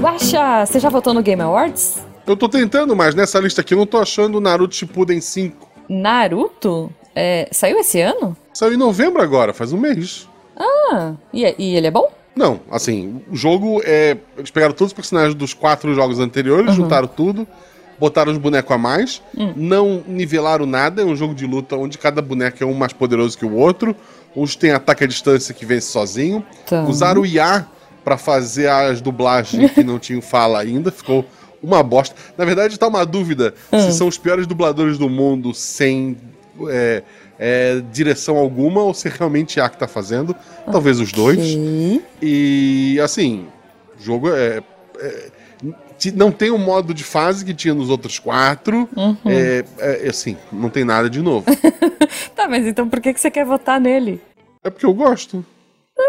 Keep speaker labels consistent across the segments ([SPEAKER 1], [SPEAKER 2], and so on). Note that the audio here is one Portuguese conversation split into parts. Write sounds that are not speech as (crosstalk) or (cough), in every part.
[SPEAKER 1] Guaxa, você já votou no Game Awards?
[SPEAKER 2] Eu tô tentando, mas nessa lista aqui eu não tô achando o Naruto Shippuden 5.
[SPEAKER 1] Naruto? É, saiu esse ano?
[SPEAKER 2] Saiu em novembro agora, faz um mês.
[SPEAKER 1] Ah, e, é- e ele é bom?
[SPEAKER 2] Não, assim, o jogo é. Eles pegaram todos os personagens dos quatro jogos anteriores, juntaram tudo, botaram os bonecos a mais, não nivelaram nada. É um jogo de luta onde cada boneco é um mais poderoso que o outro. Uns tem ataque à distância que vence sozinho.
[SPEAKER 1] Tá.
[SPEAKER 2] Usaram o IA pra fazer as dublagens que não tinham fala ainda, ficou uma bosta. Na verdade, tá uma dúvida se são os piores dubladores do mundo sem é, é, direção alguma ou se realmente é a que tá fazendo. Talvez os dois.
[SPEAKER 1] E...
[SPEAKER 2] E assim, o jogo é. é- ti- não tem o modo de fase que tinha nos outros quatro. É, é- é assim, não tem nada de novo.
[SPEAKER 1] Tá, mas então por que, que você quer votar nele?
[SPEAKER 2] é porque eu gosto.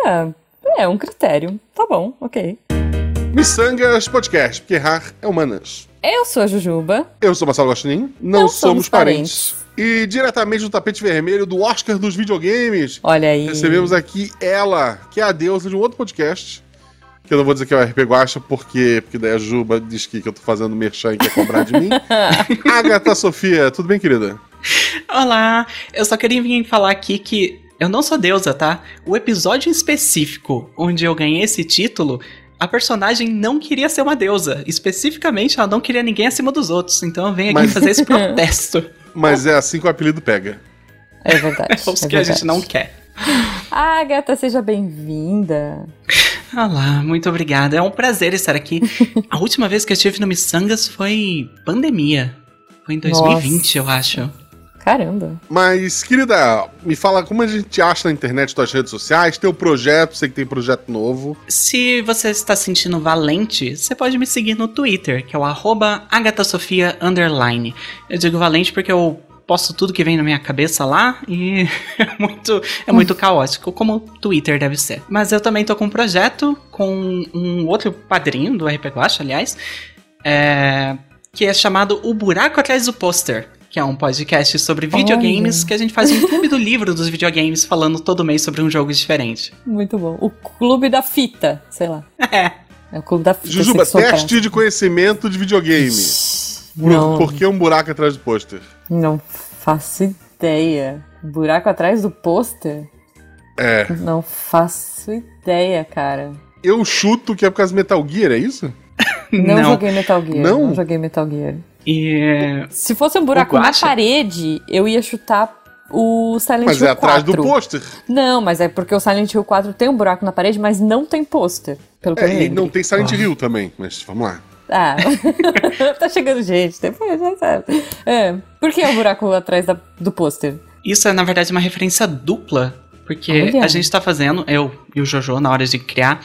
[SPEAKER 1] Ah, é um critério. Tá bom, ok.
[SPEAKER 2] Missangas Podcast, porque errar é humanas.
[SPEAKER 1] Eu sou a Jujuba.
[SPEAKER 2] Eu sou Marcelo Gostinim, não,
[SPEAKER 1] Não
[SPEAKER 2] somos
[SPEAKER 1] somos
[SPEAKER 2] parentes. E diretamente do tapete vermelho do Oscar dos videogames,
[SPEAKER 1] Olha aí.
[SPEAKER 2] recebemos aqui ela, que é a deusa de um outro podcast. Que eu não vou dizer que é o RP Guacha, porque, porque daí a Juba diz que, que eu tô fazendo merchan e quer cobrar de mim. Agatha Sofia, tudo bem, querida?
[SPEAKER 3] Olá, eu só queria vir falar aqui que eu não sou deusa, tá? O episódio específico onde eu ganhei esse título, a personagem não queria ser uma deusa. Especificamente, ela não queria ninguém acima dos outros. Então eu venho aqui
[SPEAKER 2] Mas-
[SPEAKER 3] fazer esse protesto.
[SPEAKER 2] Mas é assim que o apelido pega.
[SPEAKER 1] É verdade.
[SPEAKER 3] É os
[SPEAKER 1] é
[SPEAKER 3] que a gente
[SPEAKER 1] verdade.
[SPEAKER 3] não quer.
[SPEAKER 1] Ah, gata, seja bem-vinda.
[SPEAKER 3] Olá, muito obrigada. É um prazer estar aqui. a última vez que eu estive no Missangas foi pandemia. Foi em 2020, eu acho.
[SPEAKER 1] Caramba.
[SPEAKER 2] Mas, querida, me fala como a gente te acha na internet, tuas redes sociais, teu projeto, sei que tem projeto novo.
[SPEAKER 3] Se você está sentindo valente, você pode me seguir no Twitter, que é o arroba agatasofia underline. Eu digo valente porque eu posto tudo que vem na minha cabeça lá e (laughs) é muito, é
[SPEAKER 1] Hum.
[SPEAKER 3] muito caótico, como o Twitter deve ser. Mas eu também tô com um projeto com um outro padrinho do RP Guacha, aliás, é, que é chamado O Buraco Atrás do Pôster. Que é um podcast sobre videogames, que a gente faz um clube do livro dos videogames falando todo mês sobre um jogo diferente.
[SPEAKER 1] Muito bom. O clube da fita, sei lá.
[SPEAKER 3] É.
[SPEAKER 1] É o clube da fita.
[SPEAKER 2] Jujuba,
[SPEAKER 1] sexopata.
[SPEAKER 2] teste de conhecimento de videogame. Por,
[SPEAKER 1] Não,
[SPEAKER 2] por que um buraco atrás do pôster?
[SPEAKER 1] não faço ideia. Buraco atrás do pôster?
[SPEAKER 2] É.
[SPEAKER 1] Não faço ideia, cara.
[SPEAKER 2] Eu chuto que é por causa do Metal Gear, é isso?
[SPEAKER 1] Não, joguei Metal Gear.
[SPEAKER 2] Não?
[SPEAKER 1] não joguei Metal Gear.
[SPEAKER 3] E
[SPEAKER 1] Se fosse um buraco na
[SPEAKER 3] Guaxa?
[SPEAKER 1] parede, eu ia chutar o Silent
[SPEAKER 2] Mas
[SPEAKER 1] Hill
[SPEAKER 2] é atrás
[SPEAKER 1] 4.
[SPEAKER 2] do pôster.
[SPEAKER 1] Não, mas é porque o Silent Hill 4 tem um buraco na parede, mas não tem pôster. Pelo que eu
[SPEAKER 2] É, e
[SPEAKER 1] lembro.
[SPEAKER 2] não tem Silent Hill também, mas vamos lá.
[SPEAKER 1] Ah, (laughs) tá chegando gente, depois já sabe. É, por que é o buraco atrás da- do pôster?
[SPEAKER 3] isso é, na verdade, uma referência dupla. Porque
[SPEAKER 1] Olha.
[SPEAKER 3] a gente tá fazendo, eu e o Jojo, na hora de criar,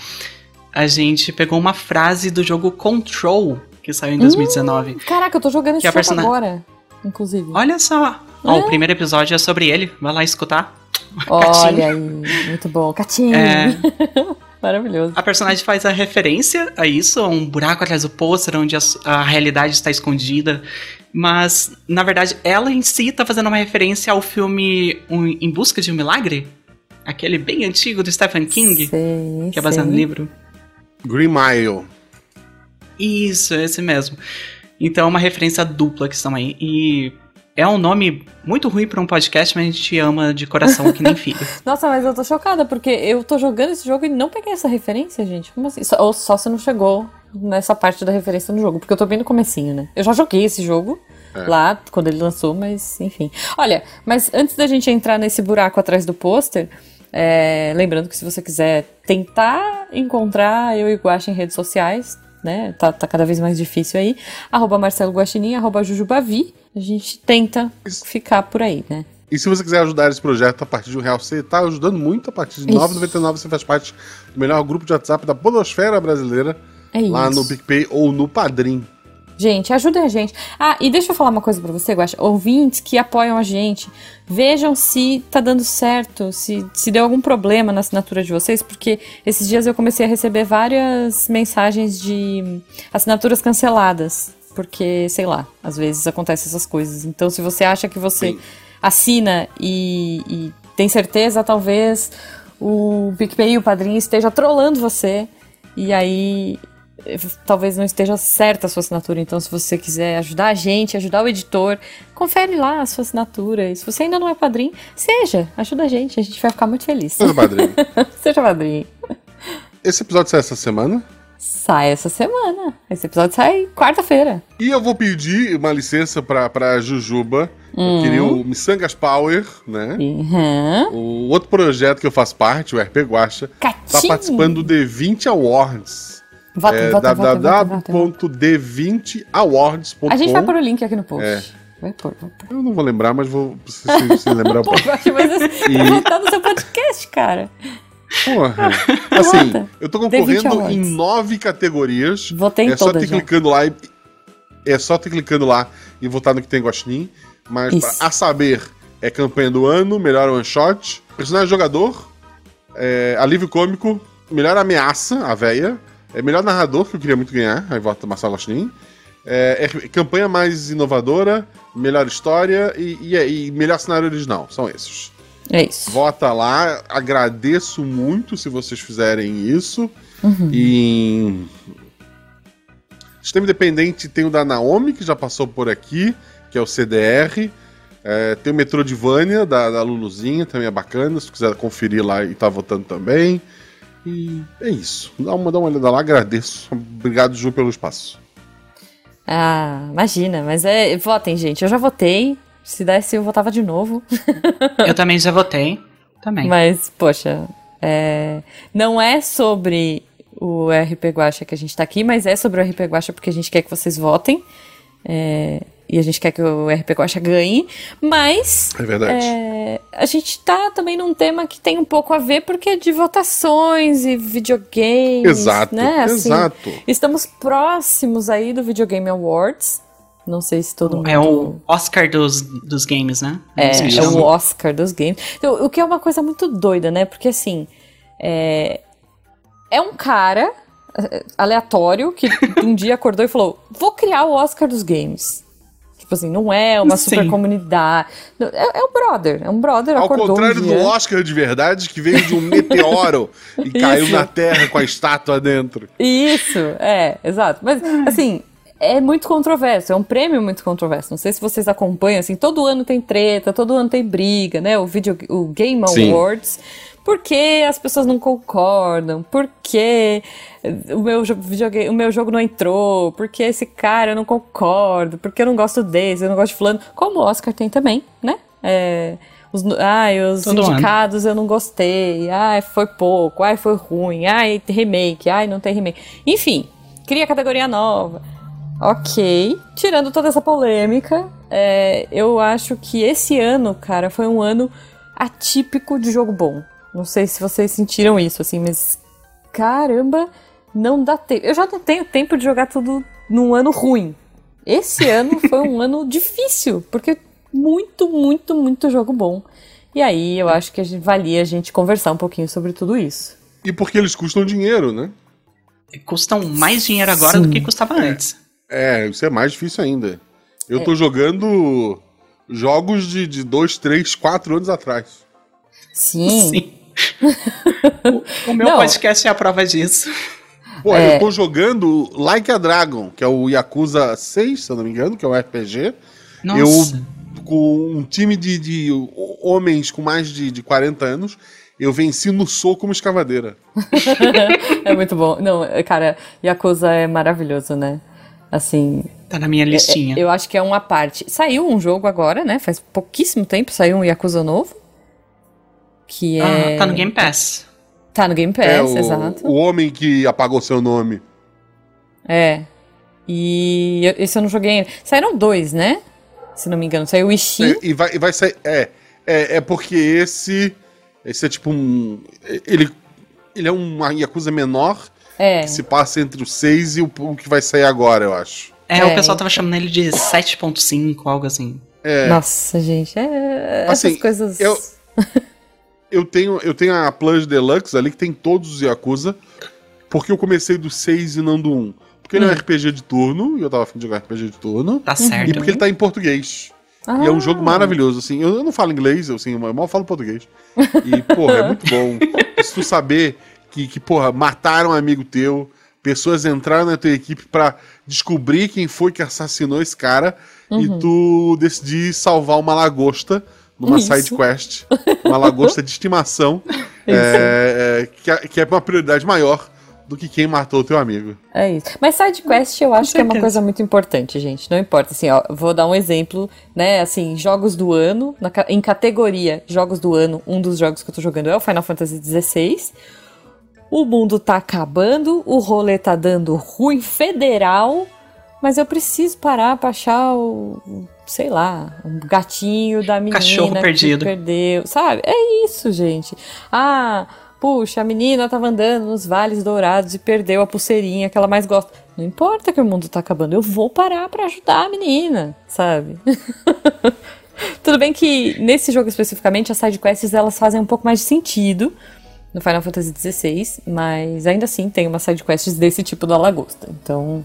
[SPEAKER 3] a gente pegou uma frase do jogo Control, que saiu em 2019.
[SPEAKER 1] Caraca, eu tô jogando esse
[SPEAKER 2] é
[SPEAKER 3] Que a
[SPEAKER 1] jogo
[SPEAKER 3] persona-
[SPEAKER 1] agora, inclusive.
[SPEAKER 3] Olha só! Ó, o primeiro episódio é sobre ele, vai lá escutar. (laughs)
[SPEAKER 1] Olha
[SPEAKER 3] Catinho.
[SPEAKER 1] aí, muito bom. Catinho!
[SPEAKER 3] É.
[SPEAKER 1] (laughs)
[SPEAKER 3] Ah,
[SPEAKER 1] Maravilhoso.
[SPEAKER 3] A personagem faz a referência a isso, a um buraco atrás do pôster onde a, s- a realidade está escondida. Mas, na verdade, ela em si tá fazendo uma referência ao filme um, Em Busca de um Milagre? Aquele bem antigo do Stephen King,
[SPEAKER 1] Sei,
[SPEAKER 3] que é baseado no
[SPEAKER 1] sei.
[SPEAKER 3] livro.
[SPEAKER 2] Green Mile.
[SPEAKER 3] Isso, esse mesmo. Então é uma referência dupla que estão aí. E é um nome muito ruim pra um podcast, mas a gente ama de coração que
[SPEAKER 1] (laughs)
[SPEAKER 3] nem filho.
[SPEAKER 1] Nossa, mas eu tô chocada, porque eu tô jogando esse jogo e não peguei essa referência, gente. Como assim? Só- ou só se não chegou nessa parte da referência no jogo, porque eu tô bem no comecinho, né? Eu já joguei esse jogo lá, quando ele lançou, mas enfim. Olha, mas antes da gente entrar nesse buraco atrás do pôster, é, lembrando que se você quiser tentar encontrar eu e Guaxa em redes sociais, né? Tá, tá cada vez mais difícil aí. Arroba Marcelo Guaxinim, arroba Jujubavi. A gente tenta ficar por aí, né?
[SPEAKER 2] E se você quiser ajudar esse projeto a partir de um real, você está ajudando muito. A partir de R$
[SPEAKER 1] Isso.
[SPEAKER 2] 9,99 você faz parte do melhor grupo de WhatsApp da Podosfera Brasileira,
[SPEAKER 1] É isso.
[SPEAKER 2] lá no PicPay ou no Padrim.
[SPEAKER 1] Gente, ajudem a gente. Ah, e deixa eu falar uma coisa pra você, Guaxa. Ouvintes que apoiam a gente, vejam se tá dando certo, se, se deu algum problema na assinatura de vocês, porque esses dias eu comecei a receber várias mensagens de assinaturas canceladas, porque, sei lá, às vezes acontecem essas coisas. Então, se você acha que você
[SPEAKER 2] Sim.
[SPEAKER 1] assina e, e tem certeza, talvez o PicPay e o Padrinho esteja trolando você. E aí eh, talvez não esteja certa a sua assinatura. Então, se você quiser ajudar a gente, ajudar o editor, confere lá a sua assinatura. E se você ainda não é padrinho, seja, ajuda a gente, a gente vai ficar muito feliz.
[SPEAKER 2] Seja padrinho.
[SPEAKER 1] (laughs) seja padrinho.
[SPEAKER 2] Esse episódio sai essa semana?
[SPEAKER 1] Sai essa semana. Esse episódio sai quarta-feira.
[SPEAKER 2] E eu vou pedir uma licença pra, pra Jujuba. Eu queria
[SPEAKER 1] Hum.
[SPEAKER 2] o Missangas Power, né?
[SPEAKER 1] Uhum.
[SPEAKER 2] O outro projeto que eu faço parte, o RP Guacha, tá
[SPEAKER 1] Catim.
[SPEAKER 2] participando do D20 Awards.
[SPEAKER 1] Vota,
[SPEAKER 2] É,
[SPEAKER 1] vota, vota, vota, vota.
[SPEAKER 2] www.d20awards.com
[SPEAKER 1] A gente vai pôr o link aqui no post.
[SPEAKER 2] É.
[SPEAKER 1] Vai pôr, vai
[SPEAKER 2] (laughs)
[SPEAKER 1] pôr.
[SPEAKER 2] Eu não vou lembrar, mas vou se, se, se
[SPEAKER 1] (laughs)
[SPEAKER 2] lembrar. eu
[SPEAKER 1] Pô,
[SPEAKER 2] posto.
[SPEAKER 1] Guaxa, mas esse-
[SPEAKER 2] E-
[SPEAKER 1] tá voltando no seu podcast, cara.
[SPEAKER 2] Porra. Assim,
[SPEAKER 1] Bota.
[SPEAKER 2] eu tô
[SPEAKER 1] D20
[SPEAKER 2] concorrendo
[SPEAKER 1] Awards.
[SPEAKER 2] em nove categorias.
[SPEAKER 1] Votei em
[SPEAKER 2] é só
[SPEAKER 1] todas
[SPEAKER 2] ter
[SPEAKER 1] já.
[SPEAKER 2] clicando lá e é só ter clicando lá e votar no que tem Guaxinim. Mas
[SPEAKER 1] Isso.
[SPEAKER 2] pra- a saber é campanha do ano, melhor one shot, personagem jogador, é, alívio cômico, melhor ameaça, a véia, é melhor narrador que eu queria muito ganhar, aí vota Marcelo Guaxinim. É, é campanha mais inovadora, melhor história e- e- e melhor cenário original. São esses.
[SPEAKER 1] É isso.
[SPEAKER 2] Vota lá, agradeço muito se vocês fizerem isso. E. Sistema Independente tem o da Naomi, que já passou por aqui, que é o CDR. É, tem o Metrô de Vânia, da, da Luluzinha, também é bacana. Se quiser conferir lá e tá votando também. E é isso. Dá uma, dá uma olhada lá, agradeço. Obrigado, Ju, pelo espaço.
[SPEAKER 1] Ah, imagina, mas é. Votem, gente. Eu já votei. Se desse, eu votava de novo.
[SPEAKER 3] Eu também já votei. Também.
[SPEAKER 1] (laughs) Mas, poxa, é, não é sobre o RP Guacha que a gente tá aqui, mas é sobre o RP Guacha porque a gente quer que vocês votem. é, E a gente quer que o RP Guacha ganhe. Mas
[SPEAKER 2] É verdade.
[SPEAKER 1] é, a gente tá também num tema que tem um pouco a ver, porque é de votações e videogames.
[SPEAKER 2] exato,
[SPEAKER 1] né? Assim,
[SPEAKER 2] exato.
[SPEAKER 1] Estamos próximos aí do Videogame Awards. Não sei se todo mundo.
[SPEAKER 3] É
[SPEAKER 2] um
[SPEAKER 3] o Oscar dos, dos games, né? Eles
[SPEAKER 1] É,
[SPEAKER 3] me
[SPEAKER 1] é
[SPEAKER 3] chamam.
[SPEAKER 1] o Oscar dos games. Então, o que é uma coisa muito doida, né? Porque assim. É, é um cara é, aleatório
[SPEAKER 2] (laughs)
[SPEAKER 1] que um dia acordou e falou: Vou criar o Oscar dos games. Tipo assim, não é uma
[SPEAKER 3] Sim.
[SPEAKER 1] super comunidade. Não, É, é um brother. É um brother
[SPEAKER 2] Ao
[SPEAKER 1] acordou.
[SPEAKER 2] contrário
[SPEAKER 1] um dia.
[SPEAKER 2] do Oscar de verdade, que veio de um meteoro
[SPEAKER 1] (laughs)
[SPEAKER 2] e caiu
[SPEAKER 1] Isso.
[SPEAKER 2] na Terra com a estátua dentro.
[SPEAKER 1] (laughs) Isso, é, exato. Mas, assim, é muito controverso, é um prêmio muito controverso. Não sei se vocês acompanham, assim, todo ano tem treta, todo ano tem briga, né? O, video, o Game
[SPEAKER 2] Sim.
[SPEAKER 1] Awards. Por que as pessoas não concordam? Por que o meu, jo- videoga- o meu jogo não entrou? Por que esse cara eu não concordo? Por que eu não gosto desse? Eu não gosto de fulano? Como o Oscar tem também, né? É, os, no- ai, os
[SPEAKER 3] Todo ano.
[SPEAKER 1] indicados indicados eu não gostei, ai, foi pouco, ai, foi ruim, ai, tem remake, ai, não tem remake. Enfim, cria categoria nova. Ok, tirando toda essa polêmica, é, eu acho que esse ano, cara, foi um ano atípico de jogo bom. Não sei se vocês sentiram isso, assim, mas caramba, não dá tempo. Eu já não tenho tempo de jogar tudo num ano ruim. Esse ano foi
[SPEAKER 3] (laughs)
[SPEAKER 1] um ano difícil, porque muito, muito, muito jogo bom. E aí eu acho que a gente, valia a gente conversar um pouquinho sobre tudo isso.
[SPEAKER 2] E porque eles custam dinheiro, né?
[SPEAKER 3] Custam mais dinheiro agora
[SPEAKER 1] Sim.
[SPEAKER 3] do que custava antes.
[SPEAKER 2] É, isso é mais difícil ainda.
[SPEAKER 1] É.
[SPEAKER 2] Eu tô jogando jogos de, de dois, três, quatro anos atrás.
[SPEAKER 1] Sim.
[SPEAKER 3] Sim. o, o meu
[SPEAKER 1] Não.
[SPEAKER 3] podcast é a prova disso.
[SPEAKER 2] Pô,
[SPEAKER 1] É.
[SPEAKER 2] eu tô jogando Like a Dragon, que é o Yakuza 6, se eu não me engano, que é o RPG.
[SPEAKER 3] Nossa.
[SPEAKER 2] Com um time de, de homens com mais de, de 40 anos, eu venci no soco uma escavadeira.
[SPEAKER 1] (laughs) é muito bom. Não, cara, Yakuza é maravilhoso, né? Assim,
[SPEAKER 3] Tá na minha listinha.
[SPEAKER 1] eu acho que é uma parte. Saiu um jogo agora, né? Faz pouquíssimo tempo saiu um Yakuza novo. Que é.
[SPEAKER 3] Ah, tá no Game Pass.
[SPEAKER 1] Tá no Game Pass,
[SPEAKER 2] é o,
[SPEAKER 1] exato.
[SPEAKER 2] o homem que apagou seu nome.
[SPEAKER 1] É. E eu- esse eu não joguei ainda. Saíram dois, né? Se não me engano. Saiu o Ishin.
[SPEAKER 2] É, e, vai, e vai sair. É, é, é porque esse. Esse é tipo um. Ele, ele é uma Yakuza menor
[SPEAKER 1] É.
[SPEAKER 2] que se passa entre o 6 e o, o que vai sair agora, eu acho.
[SPEAKER 3] É,
[SPEAKER 1] É,
[SPEAKER 3] o pessoal tava chamando ele de 7.5, algo assim.
[SPEAKER 1] Nossa, gente. É...
[SPEAKER 2] É. Assim,
[SPEAKER 1] essas coisas.
[SPEAKER 2] eu- Eu tenho, eu tenho a Plunge Deluxe ali, que tem todos os Yakuza, porque eu comecei do 6 e não do 1. Porque ele é um RPG de turno, e eu tava afim de jogar RPG de turno.
[SPEAKER 3] Tá
[SPEAKER 1] Uhum.
[SPEAKER 2] E
[SPEAKER 3] certo.
[SPEAKER 2] porque ele tá em português.
[SPEAKER 1] Ah,
[SPEAKER 2] E é um jogo maravilhoso, assim. Eu, eu não falo inglês, eu, assim, eu mal falo português. E, porra, é muito bom. Se tu saber que, que, porra, mataram um amigo teu, pessoas entraram na tua equipe pra descobrir quem foi que assassinou esse cara
[SPEAKER 1] Uhum.
[SPEAKER 2] e tu decidir salvar uma lagosta numa
[SPEAKER 1] Isso.
[SPEAKER 2] side quest, uma lagosta
[SPEAKER 1] (laughs)
[SPEAKER 2] de estimação, é, é, que, é- que é uma prioridade maior do que quem matou o teu amigo.
[SPEAKER 1] É isso. Mas side quest eu acho que é uma
[SPEAKER 3] certeza.
[SPEAKER 1] coisa muito importante, gente. Não importa. Assim, ó, vou dar um exemplo, né? Assim, jogos do ano, na ca- em categoria jogos do ano, um dos jogos que eu tô jogando é o Final Fantasy XVI. O mundo tá acabando, o rolê tá dando ruim federal, mas eu preciso parar pra achar o. Sei lá, um gatinho da menina
[SPEAKER 3] Cachorro
[SPEAKER 1] que
[SPEAKER 3] perdido.
[SPEAKER 1] perdeu. Sabe? É isso, gente. Ah, puxa, a menina tava andando nos vales dourados e perdeu a pulseirinha que ela mais gosta. Não importa que o mundo tá acabando, eu vou parar pra ajudar a menina, sabe? Tudo bem que nesse jogo especificamente as sidequests elas fazem um pouco mais de sentido no Final Fantasy XVI, mas ainda assim tem umas sidequests desse tipo da lagosta. Então,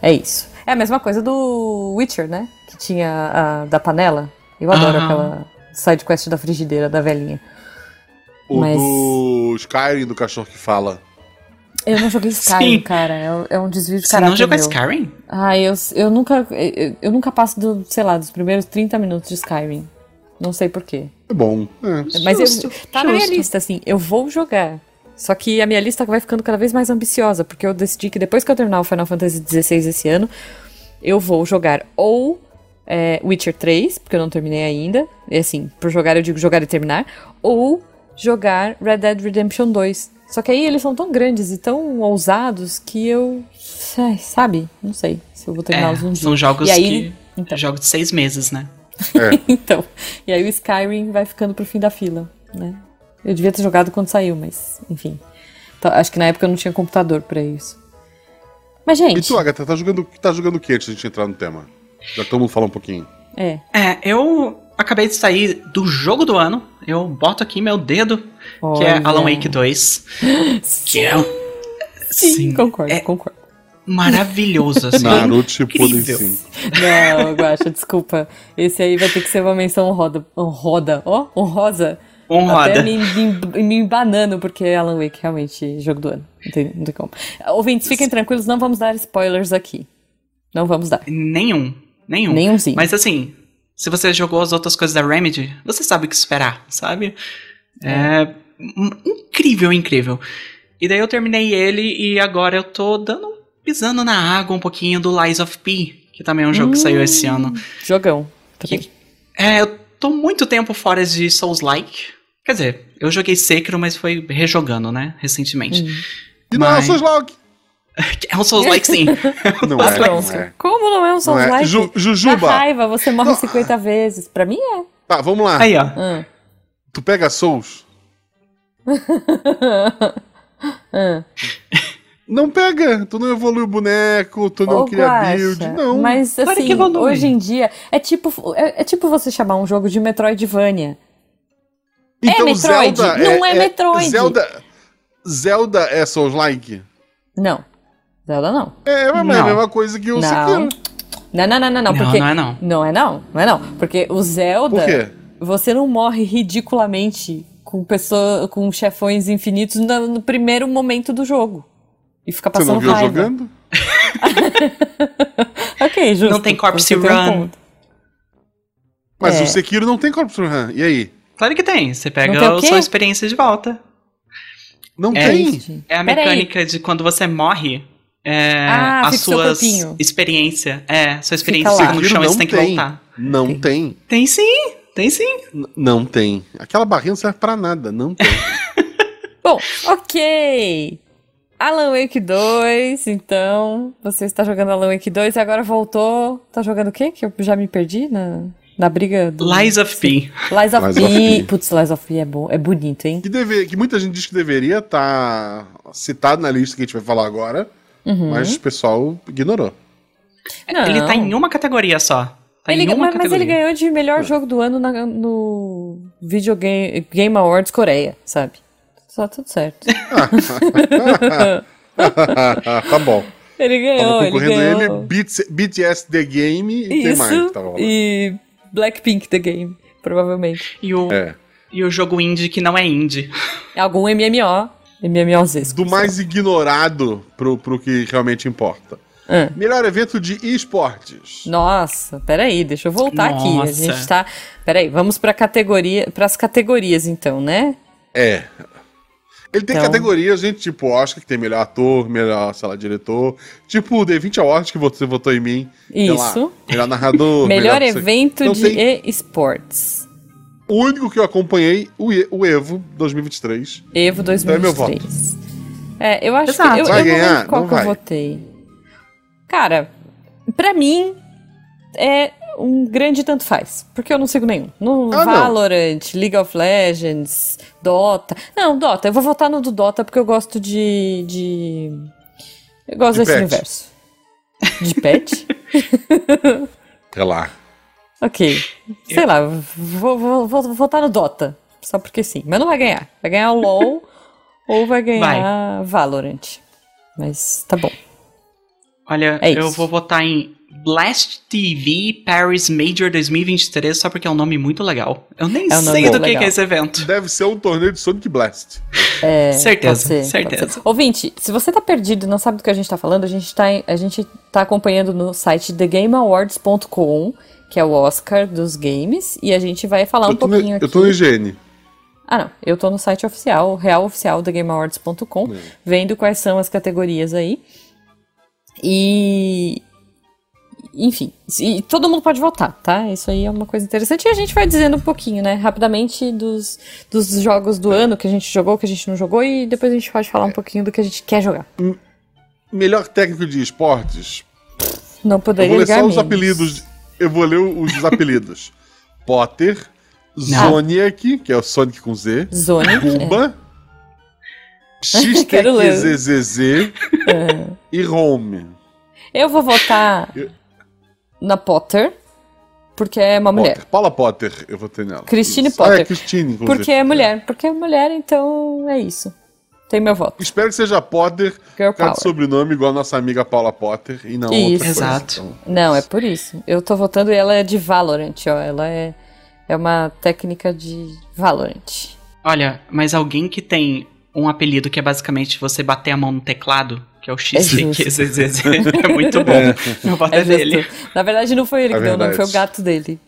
[SPEAKER 1] é isso. É a mesma coisa do Witcher, né? Que tinha a da panela. Eu adoro
[SPEAKER 3] Aham.
[SPEAKER 1] aquela sidequest da frigideira da velhinha.
[SPEAKER 2] O
[SPEAKER 1] Mas-
[SPEAKER 2] do Skyrim, do cachorro que fala.
[SPEAKER 1] Eu não joguei Skyrim,
[SPEAKER 3] Sim.
[SPEAKER 1] cara. É um- É um desvio de
[SPEAKER 3] Você não
[SPEAKER 1] caráter
[SPEAKER 3] jogou
[SPEAKER 1] meu.
[SPEAKER 3] Skyrim?
[SPEAKER 1] Ah, eu, eu nunca eu, eu nunca passo do, sei lá, dos primeiros 30 minutos de Skyrim. Não sei porquê.
[SPEAKER 2] É bom. É.
[SPEAKER 1] Mas eu-
[SPEAKER 3] Justo,
[SPEAKER 1] tá na minha
[SPEAKER 3] justo.
[SPEAKER 1] lista, assim, eu vou jogar. Só que a minha lista vai ficando cada vez mais ambiciosa, porque eu decidi que depois que eu terminar o Final Fantasy XVI esse ano, eu vou jogar ou é, Witcher 3, porque eu não terminei ainda. E assim, por jogar eu digo jogar e terminar. Ou jogar Red Dead Redemption 2. Só que aí eles são tão grandes e tão ousados que eu. ai, Sabe? Não sei se eu vou
[SPEAKER 3] É,
[SPEAKER 1] terminá-los um dia.
[SPEAKER 3] são jogos
[SPEAKER 1] E aí-
[SPEAKER 3] que.
[SPEAKER 1] então.
[SPEAKER 3] Jogos de seis meses, né?
[SPEAKER 2] É.
[SPEAKER 1] (laughs) Então, e aí o Skyrim vai ficando pro fim da fila, né? Eu devia ter jogado quando saiu, mas enfim. Então, acho que na época eu não tinha computador pra isso. Mas,
[SPEAKER 2] E
[SPEAKER 1] gente,
[SPEAKER 2] tu, Agatha, tá jogando, tá jogando o que antes de a gente entrar no tema? Já todo mundo falar um pouquinho.
[SPEAKER 1] é.
[SPEAKER 3] É, eu acabei de sair do jogo do ano. Eu boto aqui meu dedo, que é
[SPEAKER 1] Olha.
[SPEAKER 3] Alan Wake 2. Que é um-
[SPEAKER 1] Sim,
[SPEAKER 3] Sim,
[SPEAKER 1] concordo,
[SPEAKER 3] é-
[SPEAKER 1] concordo.
[SPEAKER 3] maravilhoso, assim.
[SPEAKER 2] Naruto Shippuden
[SPEAKER 3] Incrível.
[SPEAKER 2] 5.
[SPEAKER 1] Não, Guaxa, desculpa. Esse aí vai ter que ser uma menção honroda, honroda, ó, honrosa. Até
[SPEAKER 3] Honrada.
[SPEAKER 1] me, me, me banando, porque é Alan Wake realmente jogo do ano. Não tem, não tem como. Ouvintes, fiquem tranquilos, não vamos dar spoilers aqui. Não vamos dar.
[SPEAKER 3] Nenhum. Nenhum.
[SPEAKER 1] Nenhumzinho.
[SPEAKER 3] Mas assim, se você jogou as outras coisas da Remedy, você sabe o que esperar, sabe? É. m- incrível, incrível. E daí eu terminei ele e agora eu tô dando. pisando na água um pouquinho do Lies of P, que também é um jogo que saiu esse
[SPEAKER 1] Hum.
[SPEAKER 3] ano.
[SPEAKER 1] Jogão. Tá
[SPEAKER 3] Que- É, eu tô muito tempo fora de Souls-like. Quer dizer, eu joguei Sekiro, mas foi rejogando, né? Recentemente.
[SPEAKER 1] Hum.
[SPEAKER 2] E não,
[SPEAKER 3] Mas-
[SPEAKER 2] Mas...
[SPEAKER 3] (laughs)
[SPEAKER 2] Log.
[SPEAKER 3] É um Souls-like
[SPEAKER 1] (laughs)
[SPEAKER 3] sim.
[SPEAKER 2] Não é,
[SPEAKER 1] Patrão.
[SPEAKER 2] não é.
[SPEAKER 1] Como não é um
[SPEAKER 2] Não
[SPEAKER 1] Souls
[SPEAKER 2] é.
[SPEAKER 1] like?
[SPEAKER 2] Ju-
[SPEAKER 1] Dá
[SPEAKER 2] Jujuba,
[SPEAKER 1] raiva, você morre
[SPEAKER 2] Não.
[SPEAKER 1] 50 vezes. Pra mim é.
[SPEAKER 2] tá, vamos lá.
[SPEAKER 3] Aí, ó.
[SPEAKER 1] Ah.
[SPEAKER 2] Tu pega Souls?
[SPEAKER 1] Ah.
[SPEAKER 2] Não pega. Tu não evolui o boneco, tu não
[SPEAKER 1] Ô,
[SPEAKER 2] cria
[SPEAKER 1] Guaxa,
[SPEAKER 2] build. Não.
[SPEAKER 1] Mas
[SPEAKER 3] Claro
[SPEAKER 1] assim,
[SPEAKER 3] que evolui.
[SPEAKER 1] hoje em dia, é tipo, é, é tipo você chamar um jogo de Metroidvania.
[SPEAKER 2] Então,
[SPEAKER 1] Metroid, não é Metroid.
[SPEAKER 2] Zelda, Zelda é Souls-like?
[SPEAKER 1] Não. Zelda não.
[SPEAKER 2] É, mas é a
[SPEAKER 3] Não.
[SPEAKER 2] mesma coisa que é. o
[SPEAKER 1] Não.
[SPEAKER 2] Sekiro.
[SPEAKER 1] Não, não, não, não, não.
[SPEAKER 3] Não,
[SPEAKER 1] porque...
[SPEAKER 3] não é não.
[SPEAKER 1] Não é não, não é não. Porque o Zelda,
[SPEAKER 2] Por quê?
[SPEAKER 1] você não morre ridiculamente com pessoa, com chefões infinitos no, no primeiro momento do jogo. E fica
[SPEAKER 2] Você
[SPEAKER 1] passando
[SPEAKER 2] não viu eu
[SPEAKER 1] Tá raiva.
[SPEAKER 2] jogando?
[SPEAKER 1] Ok, justo.
[SPEAKER 3] Não tem corpse
[SPEAKER 1] Você tem um
[SPEAKER 3] run.
[SPEAKER 1] ponto.
[SPEAKER 2] Mas
[SPEAKER 1] É.
[SPEAKER 2] o Sekiro não tem Corpse Run. E aí?
[SPEAKER 3] Claro que tem. Você
[SPEAKER 1] Não tem
[SPEAKER 3] pega
[SPEAKER 1] o
[SPEAKER 3] a
[SPEAKER 1] quê?
[SPEAKER 3] sua experiência de volta.
[SPEAKER 2] Não
[SPEAKER 3] É.
[SPEAKER 2] tem.
[SPEAKER 1] Gente,
[SPEAKER 3] É a
[SPEAKER 1] peraí.
[SPEAKER 3] mecânica de quando você morre. É,
[SPEAKER 1] Ah,
[SPEAKER 3] a
[SPEAKER 1] fica o seu
[SPEAKER 3] sua
[SPEAKER 1] corpinho.
[SPEAKER 3] experiência. É, sua experiência
[SPEAKER 1] lá.
[SPEAKER 3] no chão,
[SPEAKER 2] Sekiro
[SPEAKER 3] você
[SPEAKER 2] não
[SPEAKER 3] tem que
[SPEAKER 2] tem.
[SPEAKER 3] voltar.
[SPEAKER 2] Não tem.
[SPEAKER 3] Tem sim, tem sim.
[SPEAKER 2] N- Não tem. Aquela barrinha não serve pra nada. Não tem.
[SPEAKER 1] Bom, ok. Alan Wake 2, então. Você está jogando Alan Wake 2 e agora voltou. Tá jogando o quê? Que eu já me perdi na, na briga do.
[SPEAKER 3] Lies of P.
[SPEAKER 1] Lies of
[SPEAKER 2] Lies
[SPEAKER 1] P.
[SPEAKER 2] of P.
[SPEAKER 1] Putz, Lies of P é bom. É bonito, hein?
[SPEAKER 2] que, deve, que muita gente diz que deveria estar citado na lista que a gente vai falar agora,
[SPEAKER 1] Uhum.
[SPEAKER 2] mas o pessoal ignorou. (laughs)
[SPEAKER 1] Não.
[SPEAKER 3] Ele tá em uma categoria só. Tá
[SPEAKER 1] Ele-
[SPEAKER 3] em uma
[SPEAKER 1] mas, mas
[SPEAKER 3] categoria.
[SPEAKER 1] ele ganhou de melhor jogo do ano na- no Videogame Game Awards Coreia, sabe? Tá tudo
[SPEAKER 2] (laughs)
[SPEAKER 1] certo. (laughs)
[SPEAKER 2] tá bom.
[SPEAKER 1] Ele
[SPEAKER 2] Tava
[SPEAKER 1] ganhou, ele
[SPEAKER 2] concorrendo
[SPEAKER 1] ganhou.
[SPEAKER 2] ele, BTS, BTS The Game e quem mais? tá
[SPEAKER 1] Isso
[SPEAKER 2] que Tava lá?
[SPEAKER 1] e Blackpink The Game, provavelmente.
[SPEAKER 3] E o,
[SPEAKER 2] É.
[SPEAKER 3] e o jogo indie que não é indie.
[SPEAKER 1] Algum MMO MMOZ.
[SPEAKER 2] do mais ignorado pro, pro que realmente importa.
[SPEAKER 1] Ah.
[SPEAKER 2] Melhor evento de esportes.
[SPEAKER 1] Nossa, peraí, deixa eu voltar aqui. A
[SPEAKER 3] Nossa.
[SPEAKER 1] gente tá. Peraí, vamos pra categoria, pras categorias então, né?
[SPEAKER 2] É. Ele tem
[SPEAKER 1] Então.
[SPEAKER 2] categorias, gente, tipo Oscar, que tem melhor ator, melhor, sei lá, diretor. Tipo o D20 Awards, que você votou em mim. Sei lá,
[SPEAKER 1] Isso.
[SPEAKER 2] melhor narrador.
[SPEAKER 1] (laughs) Melhor
[SPEAKER 2] não sei.
[SPEAKER 1] evento
[SPEAKER 2] Não
[SPEAKER 1] de
[SPEAKER 2] tem-
[SPEAKER 1] esportes.
[SPEAKER 2] O único que eu acompanhei, o, E- o Evo 2023.
[SPEAKER 1] Evo
[SPEAKER 2] é meu
[SPEAKER 1] 2023. É, eu acho
[SPEAKER 3] Exato.
[SPEAKER 1] que. Eu,
[SPEAKER 2] Vai
[SPEAKER 1] eu não
[SPEAKER 2] ganhar?
[SPEAKER 1] lembro qual
[SPEAKER 2] Não
[SPEAKER 1] que
[SPEAKER 2] vai.
[SPEAKER 1] eu votei. Cara, pra mim é um grande tanto faz. Porque eu não sigo nenhum. No
[SPEAKER 2] Ah, não.
[SPEAKER 1] Valorant, League of Legends, Dota. Não, Dota. Eu vou votar no do Dota porque eu gosto de. de... Eu gosto
[SPEAKER 2] De
[SPEAKER 1] desse
[SPEAKER 2] pet.
[SPEAKER 1] universo. De
[SPEAKER 2] (laughs)
[SPEAKER 1] pet?
[SPEAKER 2] Sei lá.
[SPEAKER 1] ok. Sei lá, vou, vou, vou vou votar no Dota. Só porque sim. Mas não vai ganhar. Vai ganhar o
[SPEAKER 3] (laughs)
[SPEAKER 1] LOL ou vai ganhar Valorant. Mas tá bom.
[SPEAKER 3] Olha,
[SPEAKER 1] É
[SPEAKER 3] eu
[SPEAKER 1] isso.
[SPEAKER 3] vou votar em Blast TV Paris Major 2023 só porque é um nome muito legal. Eu nem
[SPEAKER 1] É um nome
[SPEAKER 3] sei do que,
[SPEAKER 1] legal.
[SPEAKER 3] que é esse evento.
[SPEAKER 2] Deve ser um torneio de Sonic Blast.
[SPEAKER 1] É,
[SPEAKER 3] Certeza,
[SPEAKER 1] pode ser, pode
[SPEAKER 3] certeza.
[SPEAKER 1] ser. Ouvinte, se você tá perdido e não sabe do que a gente tá falando, a gente tá, em- a gente tá acompanhando no site thegameawards.com, que é o Oscar dos games, e a gente vai falar um
[SPEAKER 2] eu, tô no,
[SPEAKER 1] pouquinho
[SPEAKER 2] eu
[SPEAKER 1] aqui.
[SPEAKER 2] tô no higiene.
[SPEAKER 1] Ah, não. Eu tô no site oficial, o real oficial da GameAwards.com,
[SPEAKER 2] Hum.
[SPEAKER 1] vendo quais são as categorias aí. E. Enfim, e todo mundo pode votar, tá? Isso aí é uma coisa interessante. E a gente vai dizendo um pouquinho, né? Rapidamente dos, dos jogos do ano que a gente jogou, que a gente não jogou, e depois a gente pode falar um pouquinho do que a gente quer jogar.
[SPEAKER 2] Melhor técnico de esportes.
[SPEAKER 1] Não
[SPEAKER 2] Eu
[SPEAKER 1] poderia
[SPEAKER 2] vou ler
[SPEAKER 1] ligar
[SPEAKER 2] só os
[SPEAKER 1] menos.
[SPEAKER 2] apelidos. Eu vou ler
[SPEAKER 1] (laughs)
[SPEAKER 2] os apelidos. Potter, Zoniac, que é o Sonic com Z.
[SPEAKER 1] Sonic.
[SPEAKER 2] (laughs) Bumba,
[SPEAKER 1] É. (laughs) Quero ler. É.
[SPEAKER 2] XTQZZZ e Home.
[SPEAKER 1] Eu vou votar
[SPEAKER 2] Eu-
[SPEAKER 1] na Potter, porque é uma mulher.
[SPEAKER 2] Potter. Paula Potter, eu vou ter nela.
[SPEAKER 1] Christine
[SPEAKER 2] Isso. Ah, é
[SPEAKER 1] Potter.
[SPEAKER 2] Christine, inclusive.
[SPEAKER 1] Porque é mulher. Porque é mulher, então é isso. Tem meu voto.
[SPEAKER 2] É. Espero que seja Potter,
[SPEAKER 1] Girl
[SPEAKER 2] por causa
[SPEAKER 1] power.
[SPEAKER 2] de sobrenome, igual a nossa amiga Paula Potter, e não
[SPEAKER 1] Isso.
[SPEAKER 2] outra coisa.
[SPEAKER 3] Exato.
[SPEAKER 2] Então,
[SPEAKER 1] Não, é por isso. Eu tô votando e ela é de Valorant, ó. Ela é, é uma técnica de Valorant.
[SPEAKER 3] Olha, mas alguém que tem um apelido que é basicamente você bater a mão no teclado, que é o
[SPEAKER 1] justo.
[SPEAKER 3] XCQZZ, é muito bom. Meu voto é,
[SPEAKER 1] É justo.
[SPEAKER 3] dele.
[SPEAKER 1] Na verdade, não foi ele
[SPEAKER 2] É
[SPEAKER 1] que deu o nome,
[SPEAKER 2] verdade.
[SPEAKER 1] foi o gato dele.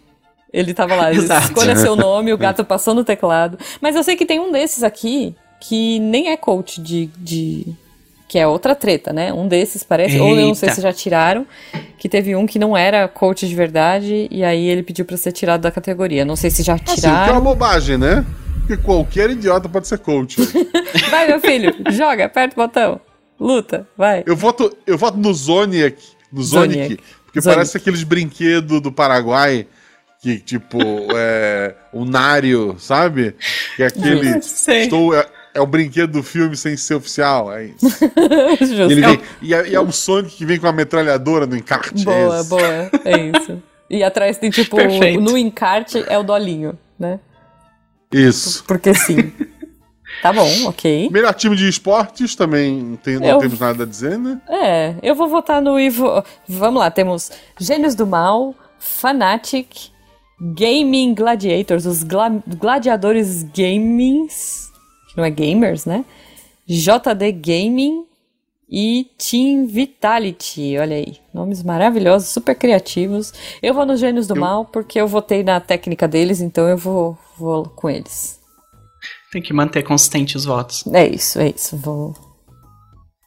[SPEAKER 1] Ele tava lá, ele
[SPEAKER 3] Exato.
[SPEAKER 1] escolha seu nome,
[SPEAKER 2] (laughs)
[SPEAKER 1] o gato passou no teclado. Mas eu sei que tem um desses aqui que nem é coach de. de- que é outra treta, né? Um desses parece, ou eu não sei
[SPEAKER 3] Eita.
[SPEAKER 1] se já tiraram, que teve um que não era coach de verdade, e aí ele pediu pra ser tirado da categoria. Não sei se já
[SPEAKER 2] Assim, que é
[SPEAKER 1] tiraram.
[SPEAKER 2] uma bobagem, né? Porque qualquer idiota pode ser
[SPEAKER 1] (laughs)
[SPEAKER 2] coach.
[SPEAKER 1] Vai, meu filho, joga, aperta o botão. Luta, vai.
[SPEAKER 2] Eu voto, eu voto no Zoniac. No Zonic.
[SPEAKER 1] Zoniac.
[SPEAKER 2] Porque
[SPEAKER 1] Zonic.
[SPEAKER 2] parece aqueles brinquedos do Paraguai. Que, tipo, é. O Nário, sabe? Que é aquele.
[SPEAKER 3] Sei.
[SPEAKER 2] Estou, é, é o brinquedo do filme sem ser oficial. É isso.
[SPEAKER 1] Justo.
[SPEAKER 2] E, ele vem- e é, e é o Sonic que vem com a metralhadora no encarte. é
[SPEAKER 1] Boa,
[SPEAKER 2] esse.
[SPEAKER 1] boa. É isso. E atrás tem, tipo,
[SPEAKER 3] Perfeito.
[SPEAKER 1] no encarte é o dolinho, né?
[SPEAKER 2] Isso.
[SPEAKER 1] Porque sim. Tá bom, ok.
[SPEAKER 2] Melhor time de esportes também não tem- não
[SPEAKER 1] Eu-
[SPEAKER 2] temos nada a dizer, né?
[SPEAKER 1] É, eu vou votar no Ivo. Vamos lá, temos Gênios do Mal, Fanatic, Gaming Gladiators, os gla- gladiadores gamings, que não é gamers, né? JD Gaming e Team Vitality. Olha aí, nomes maravilhosos, super criativos. Eu vou nos Gênios do
[SPEAKER 2] Eu-
[SPEAKER 1] Mal porque eu votei na técnica deles, então eu vou, vou com eles.
[SPEAKER 3] Tem que manter consistente os votos.
[SPEAKER 1] É isso, é isso. Vou,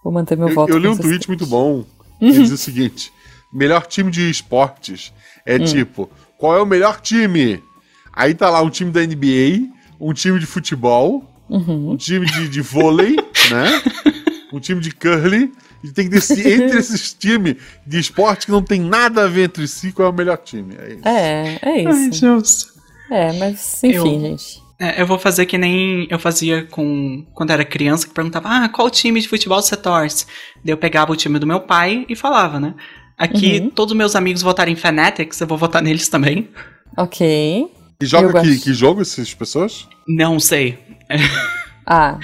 [SPEAKER 1] vou manter meu
[SPEAKER 2] Eu,
[SPEAKER 1] voto.
[SPEAKER 2] eu li um
[SPEAKER 1] consistente.
[SPEAKER 2] tweet muito bom.
[SPEAKER 1] Uhum.
[SPEAKER 2] Ele diz o seguinte: melhor time de esportes é
[SPEAKER 1] Hum.
[SPEAKER 2] tipo, qual é o melhor time? Aí tá lá um time da NBA, um time de futebol,
[SPEAKER 1] Uhum.
[SPEAKER 2] um time de, de vôlei,
[SPEAKER 1] (laughs)
[SPEAKER 2] né? Um time de curling. E tem que decidir entre esses times de esporte que não tem nada a ver entre si qual é o melhor time. É isso. (laughs)
[SPEAKER 1] É, é isso.
[SPEAKER 3] Ai, justo.
[SPEAKER 1] É, mas enfim,
[SPEAKER 3] Eu-
[SPEAKER 1] gente.
[SPEAKER 3] É, eu vou fazer que nem eu fazia com quando era criança, que perguntava, ah, qual time de futebol você torce? Daí eu pegava o time do meu pai e falava, né? Aqui, todos os meus amigos votaram em Fanatics, eu vou votar neles também.
[SPEAKER 1] Ok.
[SPEAKER 2] E
[SPEAKER 1] eu
[SPEAKER 2] joga que,
[SPEAKER 1] gosto.
[SPEAKER 2] que jogo essas pessoas?
[SPEAKER 3] Não sei.
[SPEAKER 1] Ah,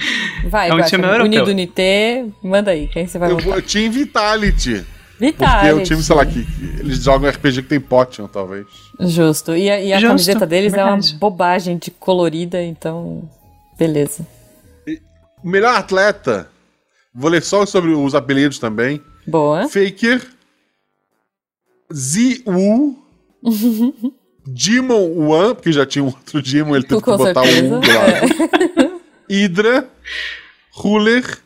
[SPEAKER 1] vai,
[SPEAKER 3] É um
[SPEAKER 1] Guaxa,
[SPEAKER 3] time europeu.
[SPEAKER 1] Unido Unité, manda aí, quem você vai
[SPEAKER 2] Eu
[SPEAKER 1] votar?
[SPEAKER 2] vou, Team Vitality. Porque
[SPEAKER 1] Vitality.
[SPEAKER 2] é um time, sei lá, que, que eles jogam RPG que tem Potion, talvez.
[SPEAKER 1] Justo. E a, e a
[SPEAKER 3] Justo,
[SPEAKER 1] camiseta deles é uma
[SPEAKER 3] verdade.
[SPEAKER 1] bobagem de colorida, então. Beleza.
[SPEAKER 2] Melhor atleta. Vou ler só sobre os apelidos também.
[SPEAKER 1] Boa.
[SPEAKER 2] Faker.
[SPEAKER 1] (laughs)
[SPEAKER 2] Ziu. Demon One, porque já tinha um outro Demon, ele teve que
[SPEAKER 1] Com
[SPEAKER 2] botar
[SPEAKER 1] certeza. É.
[SPEAKER 2] um do lado. Hydra. Ruler.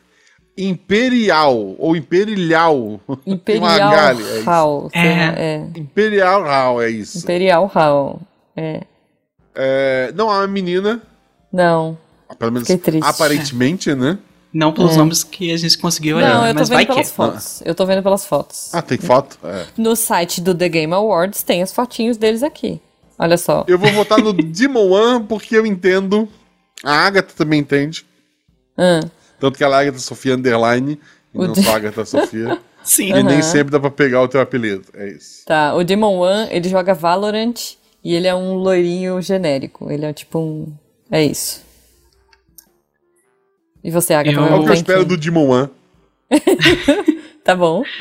[SPEAKER 2] Imperial. Ou Imperial. Tem uma
[SPEAKER 1] Imperial
[SPEAKER 2] H ali, é isso.
[SPEAKER 1] Hall. sei lá,
[SPEAKER 3] É.
[SPEAKER 1] é.
[SPEAKER 2] Imperial Hall, é isso.
[SPEAKER 1] Imperial Hall. É.
[SPEAKER 2] É, não há uma menina.
[SPEAKER 1] Não.
[SPEAKER 2] Pelo menos
[SPEAKER 1] Fiquei triste.
[SPEAKER 2] aparentemente, né?
[SPEAKER 3] Não pelos nomes que a gente conseguiu
[SPEAKER 1] Não,
[SPEAKER 3] olhar,
[SPEAKER 1] eu tô
[SPEAKER 3] mas
[SPEAKER 1] vendo
[SPEAKER 3] vai que.
[SPEAKER 1] pelas fotos. Eu tô vendo pelas fotos.
[SPEAKER 2] Ah, tem foto? É.
[SPEAKER 1] No site do The Game Awards tem as fotinhos deles aqui. Olha só.
[SPEAKER 2] Eu vou votar no Demon One porque eu entendo. A Agatha também entende.
[SPEAKER 1] Ah,
[SPEAKER 2] Tanto que ela é Agatha Sofia Underline. E
[SPEAKER 1] O
[SPEAKER 2] não
[SPEAKER 1] de-
[SPEAKER 2] só Agatha
[SPEAKER 1] (laughs)
[SPEAKER 2] Sofia.
[SPEAKER 3] é. Sim.
[SPEAKER 2] E nem
[SPEAKER 1] Aham.
[SPEAKER 2] sempre dá pra pegar o teu apelido. É isso.
[SPEAKER 1] tá. O Demon One, ele joga Valorant e ele é um loirinho genérico. Ele é tipo um. É isso. E você, Agatha?
[SPEAKER 3] Eu-
[SPEAKER 1] vai
[SPEAKER 2] É o que eu
[SPEAKER 1] votar em
[SPEAKER 2] espero do
[SPEAKER 1] quem?
[SPEAKER 2] Demon One.
[SPEAKER 1] Tá bom. (laughs)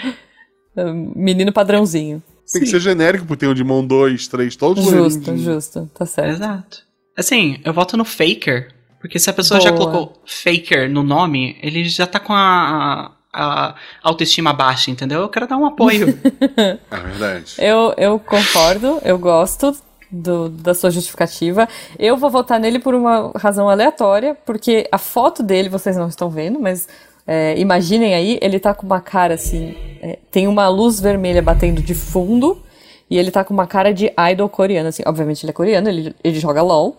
[SPEAKER 1] Hum, Menino padrãozinho.
[SPEAKER 2] Tem que
[SPEAKER 3] Sim.
[SPEAKER 2] ser genérico, porque tem o Demon 2, 3, todos
[SPEAKER 1] Justo,
[SPEAKER 2] loirinhos.
[SPEAKER 1] justo. Tá certo.
[SPEAKER 3] Exato. Assim, eu voto no Faker, porque se a pessoa já
[SPEAKER 1] Boa.
[SPEAKER 3] colocou Faker no nome, ele já tá com a, a autoestima baixa, entendeu? Eu quero dar
[SPEAKER 1] (laughs)
[SPEAKER 3] um apoio.
[SPEAKER 2] É verdade.
[SPEAKER 1] Eu, eu concordo, eu gosto do- da sua justificativa. Eu vou votar nele por uma razão aleatória, porque a foto dele vocês não estão vendo, mas é, imaginem aí, ele tá com uma cara assim. é, tem uma luz vermelha batendo de fundo, e ele tá com uma cara de idol coreano, assim. Obviamente ele é coreano, ele, ele joga LOL.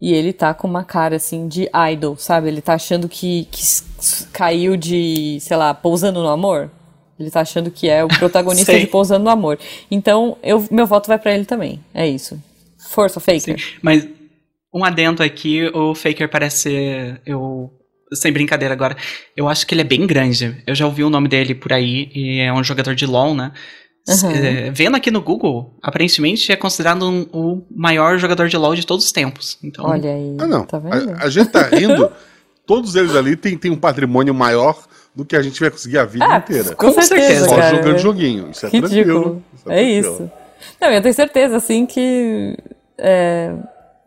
[SPEAKER 1] E ele tá com uma cara assim de idol, sabe? Ele tá achando que, que s- s- caiu de, sei lá, pousando no amor. Ele tá achando que é o protagonista
[SPEAKER 3] Sei.
[SPEAKER 1] de Pousando no Amor. Então, eu, meu voto vai pra ele também. É isso. Força, Faker.
[SPEAKER 3] mas um adendo aqui, o Faker parece ser- eu sem brincadeira agora. Eu acho que ele é bem grande. Eu já ouvi o nome dele por aí e é um jogador de LoL, né? S-
[SPEAKER 1] Uhum.
[SPEAKER 3] é, vendo aqui no Google, aparentemente é considerado um- o maior jogador de LoL de todos os tempos. Então,
[SPEAKER 1] Olha aí.
[SPEAKER 2] Ah, não.
[SPEAKER 1] Tá vendo?
[SPEAKER 2] a, a gente tá rindo. Todos eles ali têm, têm um patrimônio maior do que a gente vai conseguir a vida inteira.
[SPEAKER 1] Ah, Com
[SPEAKER 3] Com certeza,
[SPEAKER 1] certeza,
[SPEAKER 2] Só
[SPEAKER 1] cara.
[SPEAKER 2] jogando joguinho. Isso é
[SPEAKER 1] Ridículo.
[SPEAKER 2] tranquilo.
[SPEAKER 1] É
[SPEAKER 2] tranquilo.
[SPEAKER 1] isso. Não, eu tenho certeza, assim, que. É,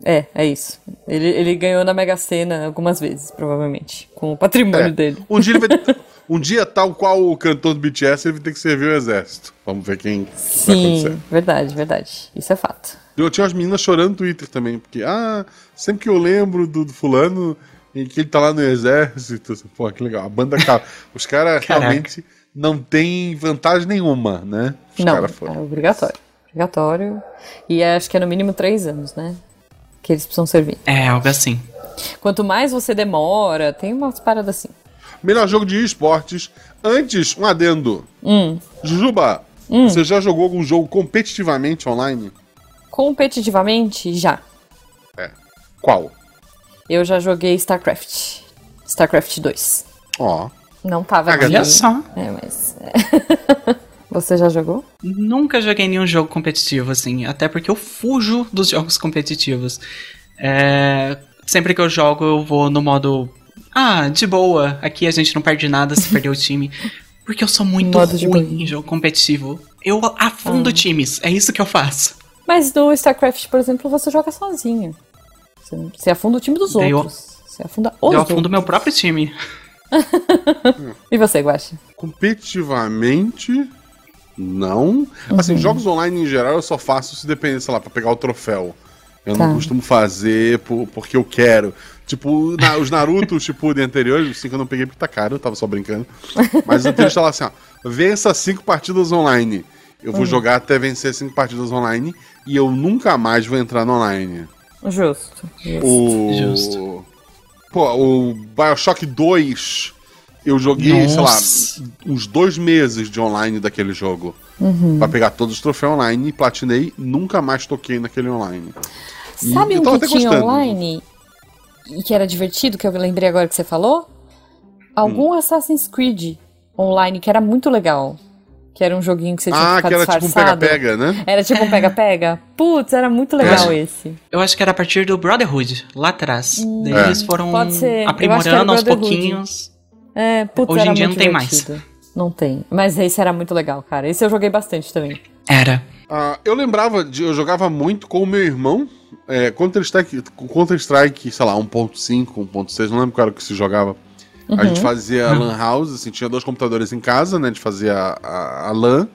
[SPEAKER 1] é, é isso. Ele, ele ganhou na Mega Sena algumas vezes, provavelmente. Com o patrimônio
[SPEAKER 2] É.
[SPEAKER 1] dele.
[SPEAKER 2] Um dia ele vai.
[SPEAKER 1] (laughs)
[SPEAKER 2] Um dia, tal qual o cantor do BTS, ele vai ter que servir o exército. Vamos ver quem vai
[SPEAKER 1] Sim,
[SPEAKER 2] acontecer.
[SPEAKER 1] verdade, verdade. Isso é fato.
[SPEAKER 2] Eu tinha umas meninas chorando no Twitter também, porque, ah, sempre que eu lembro do, do fulano e que ele tá lá no exército, assim, pô, que legal. A banda acaba.
[SPEAKER 1] (laughs)
[SPEAKER 2] Os caras
[SPEAKER 3] Caraca.
[SPEAKER 2] realmente não têm vantagem nenhuma, né? Os
[SPEAKER 1] não,
[SPEAKER 2] caras foram.
[SPEAKER 1] é obrigatório. Obrigatório. E é, acho que é no mínimo três anos, né? Que eles precisam servir.
[SPEAKER 3] é algo assim.
[SPEAKER 1] Quanto mais você demora, tem umas paradas assim.
[SPEAKER 2] Melhor jogo de esportes. Antes, um adendo.
[SPEAKER 1] Hum.
[SPEAKER 2] Jujuba, você já jogou algum jogo competitivamente online? É.
[SPEAKER 1] Competitivamente, já.
[SPEAKER 2] Qual?
[SPEAKER 1] Eu já joguei StarCraft. StarCraft 2.
[SPEAKER 2] Ó.
[SPEAKER 1] Não tava aqui.
[SPEAKER 2] Olha
[SPEAKER 3] Olha só.
[SPEAKER 1] É, (laughs) mas. você já jogou?
[SPEAKER 3] Nunca joguei nenhum jogo competitivo, assim. Até porque eu fujo dos (laughs) jogos competitivos. É, sempre que eu jogo, eu vou no modo. Ah, de boa. Aqui a gente não perde nada
[SPEAKER 1] (laughs)
[SPEAKER 3] se perder o time. Porque eu sou muito
[SPEAKER 1] Modo de
[SPEAKER 3] ruim
[SPEAKER 1] boinha. Ah.
[SPEAKER 3] em jogo competitivo. Eu afundo times. É isso que eu faço.
[SPEAKER 1] Mas no StarCraft, por exemplo, você joga sozinho. Você, você afunda o time dos
[SPEAKER 3] Daí eu-
[SPEAKER 1] outros. Você afunda os
[SPEAKER 3] eu
[SPEAKER 1] outros.
[SPEAKER 3] afundo meu próprio time.
[SPEAKER 1] E você, Guache?
[SPEAKER 2] Competitivamente, não. Assim, jogos online em geral eu só faço se depender, sei lá, pra pegar o troféu. Eu não
[SPEAKER 1] Tá.
[SPEAKER 2] costumo fazer por- porque eu quero. Tipo, na- os Naruto, (laughs) os Shippuden anteriores, os cinco eu não peguei porque tá caro, eu tava só brincando. Mas os anteriores tá lá assim, ó, vença cinco partidas online. Eu vou jogar até vencer cinco partidas online e eu nunca mais vou entrar no online.
[SPEAKER 1] Justo. Justo.
[SPEAKER 2] O...
[SPEAKER 3] Justo.
[SPEAKER 2] Pô, o Bioshock 2, eu joguei,
[SPEAKER 3] Nossa.
[SPEAKER 2] sei lá, uns dois meses de online daquele jogo.
[SPEAKER 1] Uhum.
[SPEAKER 2] Pra pegar todos os troféus online, platinei, nunca mais toquei naquele online.
[SPEAKER 1] Sabe
[SPEAKER 2] eu
[SPEAKER 1] um
[SPEAKER 2] tava
[SPEAKER 1] que
[SPEAKER 2] até
[SPEAKER 1] tinha
[SPEAKER 2] gostando.
[SPEAKER 1] online e que era divertido, que eu lembrei agora que você falou? Algum
[SPEAKER 2] Hum.
[SPEAKER 1] Assassin's Creed online que era muito legal. Que era um joguinho que você tinha que
[SPEAKER 2] ah,
[SPEAKER 1] ficar
[SPEAKER 2] que era tipo um
[SPEAKER 1] disfarçado.
[SPEAKER 2] pega-pega, né?
[SPEAKER 1] Era tipo um
[SPEAKER 2] (laughs)
[SPEAKER 1] pega-pega? Putz, era muito legal
[SPEAKER 2] É.
[SPEAKER 1] esse.
[SPEAKER 3] Eu acho que era a partir do Brotherhood, lá atrás. Daí
[SPEAKER 2] É.
[SPEAKER 3] Eles foram
[SPEAKER 1] Hum, Pode ser. Eu acho que era
[SPEAKER 3] aprimorando aos
[SPEAKER 1] Brotherhood.
[SPEAKER 3] pouquinhos.
[SPEAKER 1] É, putz,
[SPEAKER 3] Hoje em
[SPEAKER 1] era
[SPEAKER 3] dia
[SPEAKER 1] muito
[SPEAKER 3] não tem mais.
[SPEAKER 1] divertido. Não tem. Mas esse era muito legal, cara. Esse eu joguei bastante também.
[SPEAKER 3] Era.
[SPEAKER 2] Ah, eu lembrava, de, eu jogava muito com o meu irmão, um é, Counter-Strike, Counter-Strike, sei lá, 1.5, 1.6, não lembro qual era que se jogava. A gente fazia lan house, assim, tinha dois computadores em casa, né? A gente fazia a, a- a lan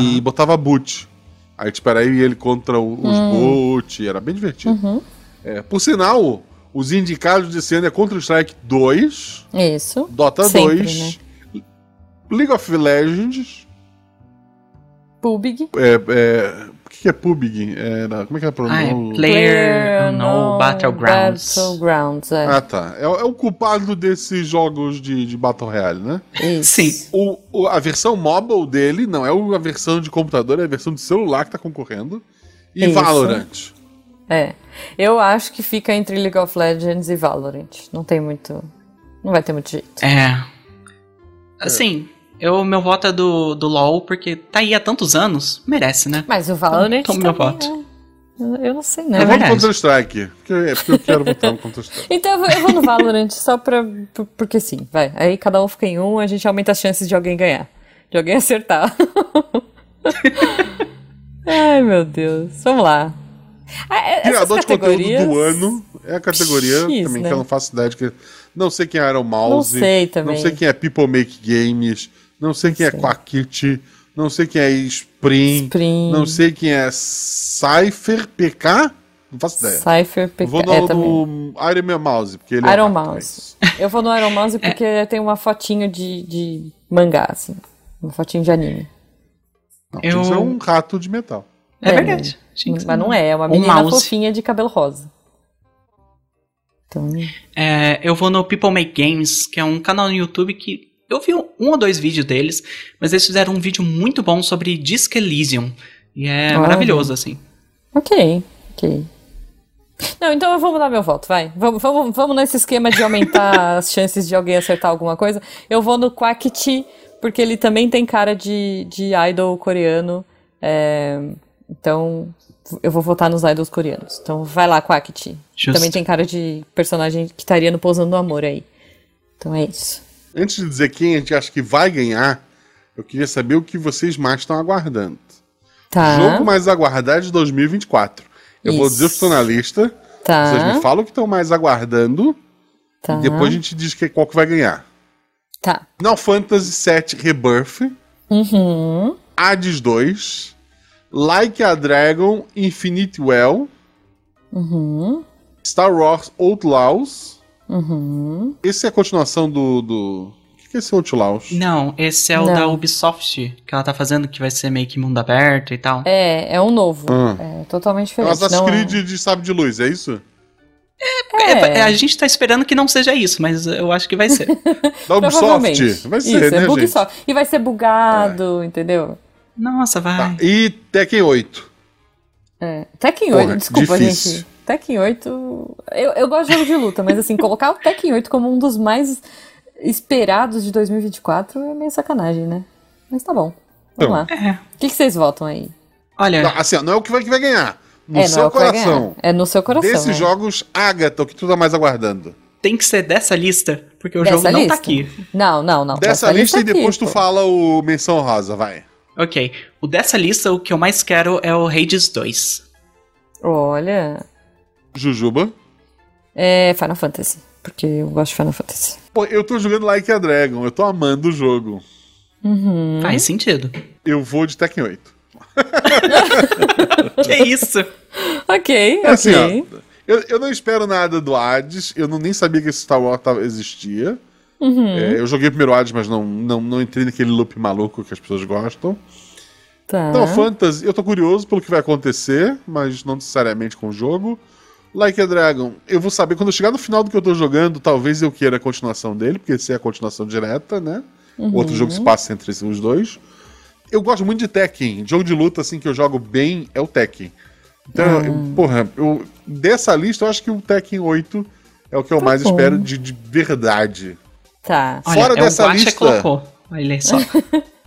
[SPEAKER 2] e botava boot. Aí, tipo, era eu e ele contra o- os boot, era bem divertido. É, por sinal, os indicados desse ano é Counter-Strike 2,
[SPEAKER 1] Isso.
[SPEAKER 2] Dota
[SPEAKER 1] Sempre,
[SPEAKER 2] 2, League of Legends,
[SPEAKER 1] Pubig.
[SPEAKER 2] é, é, o que que é PUBG? Era, como é que era o
[SPEAKER 3] Ah, é
[SPEAKER 2] pronome?
[SPEAKER 3] Player No Battlegrounds.
[SPEAKER 1] Battlegrounds, é.
[SPEAKER 2] Ah, tá. É, é o culpado desses jogos de, de Battle Royale, né?
[SPEAKER 1] Isso.
[SPEAKER 3] Sim.
[SPEAKER 2] O, o- a versão mobile dele não é o- a versão de computador, é a versão de celular que tá concorrendo. E
[SPEAKER 1] Isso.
[SPEAKER 2] Valorant.
[SPEAKER 1] É. Eu acho que fica entre League of Legends e Valorant. Não tem muito. Não vai ter muito jeito.
[SPEAKER 3] É. Assim, eu, meu voto é do, do LoL, porque tá aí há tantos anos, merece, né?
[SPEAKER 1] Mas o Valorant.
[SPEAKER 3] Toma
[SPEAKER 1] também,
[SPEAKER 3] meu voto.
[SPEAKER 1] né? Eu- Eu não sei,
[SPEAKER 3] É
[SPEAKER 1] né?
[SPEAKER 2] Eu vou no
[SPEAKER 3] verdade.
[SPEAKER 2] Counter-Strike. Porque, é porque eu quero votar no Counter-Strike.
[SPEAKER 1] Então eu vou, eu vou no Valorant só pra. por- Porque sim, vai. Aí cada um fica em um, a gente aumenta as chances de alguém ganhar. De alguém acertar. (laughs) Ai, meu Deus. Vamos lá. Ah, é- (laughs) essas
[SPEAKER 2] Criador de
[SPEAKER 1] categorias-
[SPEAKER 2] conteúdo do ano é a categoria
[SPEAKER 1] X,
[SPEAKER 2] também
[SPEAKER 1] né?
[SPEAKER 2] que eu não faço ideia de que. Não sei quem é Iron Mouse.
[SPEAKER 1] Não sei também.
[SPEAKER 2] Não sei quem é People Make Games. Não sei quem é
[SPEAKER 1] Sim.
[SPEAKER 2] Quackit. Não sei quem é Spring.
[SPEAKER 1] Spring.
[SPEAKER 2] Não sei quem é Cypher PK. Não faço ideia.
[SPEAKER 1] Cypher, PK.
[SPEAKER 2] né? Vou no,
[SPEAKER 1] é, também.
[SPEAKER 2] no Iron Man Mouse, porque ele é
[SPEAKER 1] Iron
[SPEAKER 2] rápido, é
[SPEAKER 1] Mouse.
[SPEAKER 2] isso.
[SPEAKER 1] Eu vou no Iron
[SPEAKER 3] É.
[SPEAKER 1] Mouse porque tem uma fotinho de, de mangá, assim. Uma fotinho de anime.
[SPEAKER 2] Não,
[SPEAKER 3] Eu-
[SPEAKER 2] tinha que ser um rato de metal.
[SPEAKER 3] É,
[SPEAKER 1] É.
[SPEAKER 3] verdade. Tinha que ser.
[SPEAKER 1] Mas não é, é uma
[SPEAKER 3] Um
[SPEAKER 1] menina
[SPEAKER 3] mouse.
[SPEAKER 1] fofinha de cabelo rosa. Então,
[SPEAKER 3] É, eu vou no People Make Games, que é um canal no YouTube que eu vi um ou dois vídeos deles, mas eles fizeram um vídeo muito bom sobre Disco Elysium. E é
[SPEAKER 1] Olha.
[SPEAKER 3] maravilhoso, assim.
[SPEAKER 1] ok, ok. Não, então eu vou mudar meu voto, vai. Vamos, vamos, vamos nesse esquema de aumentar
[SPEAKER 3] (laughs)
[SPEAKER 1] as chances de alguém acertar alguma coisa. Eu vou no Quackity, porque ele também tem cara de, de idol coreano. é, então, eu vou votar nos idols coreanos. Então, vai lá, Quackity.
[SPEAKER 3] Justo.
[SPEAKER 1] Também tem cara de personagem que estaria no Pousando no Amor aí. Então é isso.
[SPEAKER 2] Antes de dizer quem a gente acha que vai ganhar, eu queria saber o que vocês mais estão aguardando.
[SPEAKER 1] Tá.
[SPEAKER 2] Jogo mais aguardado de 2024. Eu vou
[SPEAKER 1] Isso.
[SPEAKER 2] dizer o que estou na lista. Vocês
[SPEAKER 1] tá.
[SPEAKER 2] me falam o que estão mais aguardando.
[SPEAKER 1] tá.
[SPEAKER 2] E depois a gente diz que, qual que vai ganhar.
[SPEAKER 1] Tá.
[SPEAKER 2] Final Fantasy VII Rebirth,
[SPEAKER 1] Uhum.
[SPEAKER 2] Hades 2, Like a Dragon, Infinite Well,
[SPEAKER 1] Uhum.
[SPEAKER 2] Star Wars Outlaws.
[SPEAKER 1] Uhum.
[SPEAKER 2] Esse é a continuação do... do... O que que é esse Outlaws?
[SPEAKER 3] Não, esse é o
[SPEAKER 1] Não.
[SPEAKER 3] da Ubisoft que ela tá fazendo, que vai ser meio que mundo aberto e tal.
[SPEAKER 1] É, é um novo.
[SPEAKER 2] Ah.
[SPEAKER 1] É totalmente
[SPEAKER 2] É um
[SPEAKER 1] diferente.
[SPEAKER 2] Assassin's
[SPEAKER 1] não é-
[SPEAKER 2] Creed de sabre de luz, é isso?
[SPEAKER 3] É, a gente tá esperando que não seja isso, mas eu acho que vai ser.
[SPEAKER 1] (laughs)
[SPEAKER 2] Da Ubisoft.
[SPEAKER 1] Provavelmente.
[SPEAKER 2] Vai ser,
[SPEAKER 1] Isso,
[SPEAKER 2] né,
[SPEAKER 1] é bug
[SPEAKER 2] gente? É.
[SPEAKER 1] só. E vai ser bugado, entendeu?
[SPEAKER 3] Nossa,
[SPEAKER 2] Tá,
[SPEAKER 3] vai.
[SPEAKER 2] E Tekken 8.
[SPEAKER 1] É. Tekken
[SPEAKER 2] Porra,
[SPEAKER 1] 8, desculpa,
[SPEAKER 2] difícil.
[SPEAKER 1] gente. Tekken 8. Eu, eu gosto de jogo de luta, mas assim, colocar o Tekken 8 como um dos mais esperados de 2024 é meio sacanagem, né? Mas tá bom.
[SPEAKER 2] Então.
[SPEAKER 1] Vamos lá.
[SPEAKER 3] É.
[SPEAKER 1] O que, que vocês votam aí?
[SPEAKER 3] Olha,
[SPEAKER 2] Não, assim, ó, não é o que vai, que vai ganhar. No
[SPEAKER 1] é,
[SPEAKER 2] seu
[SPEAKER 1] não é o que vai
[SPEAKER 2] coração.
[SPEAKER 1] ganhar. É no seu coração.
[SPEAKER 2] Desses
[SPEAKER 1] é.
[SPEAKER 2] jogos, Agatha, o que tu tá mais aguardando?
[SPEAKER 3] tem que ser dessa lista, porque o
[SPEAKER 1] Dessa
[SPEAKER 3] jogo não tá
[SPEAKER 1] lista?
[SPEAKER 3] aqui.
[SPEAKER 1] Não, não, não.
[SPEAKER 2] Dessa lista e
[SPEAKER 1] aqui,
[SPEAKER 2] depois tu
[SPEAKER 1] pô.
[SPEAKER 2] fala o Menção Rosa, vai.
[SPEAKER 3] Ok. O dessa lista, o que eu mais quero é o Hades 2.
[SPEAKER 1] Olha.
[SPEAKER 2] Jujuba.
[SPEAKER 1] É Final Fantasy. Porque eu gosto de Final Fantasy. (laughs)
[SPEAKER 2] Pô, eu tô jogando Like a Dragon, eu tô amando o jogo.
[SPEAKER 1] Uhum.
[SPEAKER 2] (laughs)
[SPEAKER 3] Faz sentido.
[SPEAKER 2] Eu vou de Tekken 8.
[SPEAKER 3] Que isso?
[SPEAKER 1] Ok, ok.
[SPEAKER 2] É Assim, ó, eu, eu não espero nada do Hades, eu não, nem sabia que esse Star Wars tava- existia. É, eu joguei primeiro Hades, mas não, não, não entrei naquele loop maluco que as pessoas gostam.
[SPEAKER 1] tá.
[SPEAKER 2] Então, Fantasy, eu tô curioso pelo que vai acontecer, mas não necessariamente com o jogo. Like a Dragon, eu vou saber quando eu chegar no final do que eu tô jogando, talvez eu queira a continuação dele, porque esse é a continuação direta, né?
[SPEAKER 1] Uhum.
[SPEAKER 2] Outro jogo que se passa entre esses- os dois. Eu gosto muito de Tekken, jogo de luta assim que eu jogo bem é o Tekken. Então,
[SPEAKER 1] Uhum.
[SPEAKER 2] eu- porra, eu, dessa lista eu acho que o Tekken 8 é o que eu mais
[SPEAKER 1] Tá bom.
[SPEAKER 2] espero de, de verdade.
[SPEAKER 1] Tá.
[SPEAKER 3] Olha,
[SPEAKER 2] Fora
[SPEAKER 3] é
[SPEAKER 2] dessa
[SPEAKER 3] o Guacha
[SPEAKER 2] lista-
[SPEAKER 3] que colocou.
[SPEAKER 1] (laughs)
[SPEAKER 3] Olha só.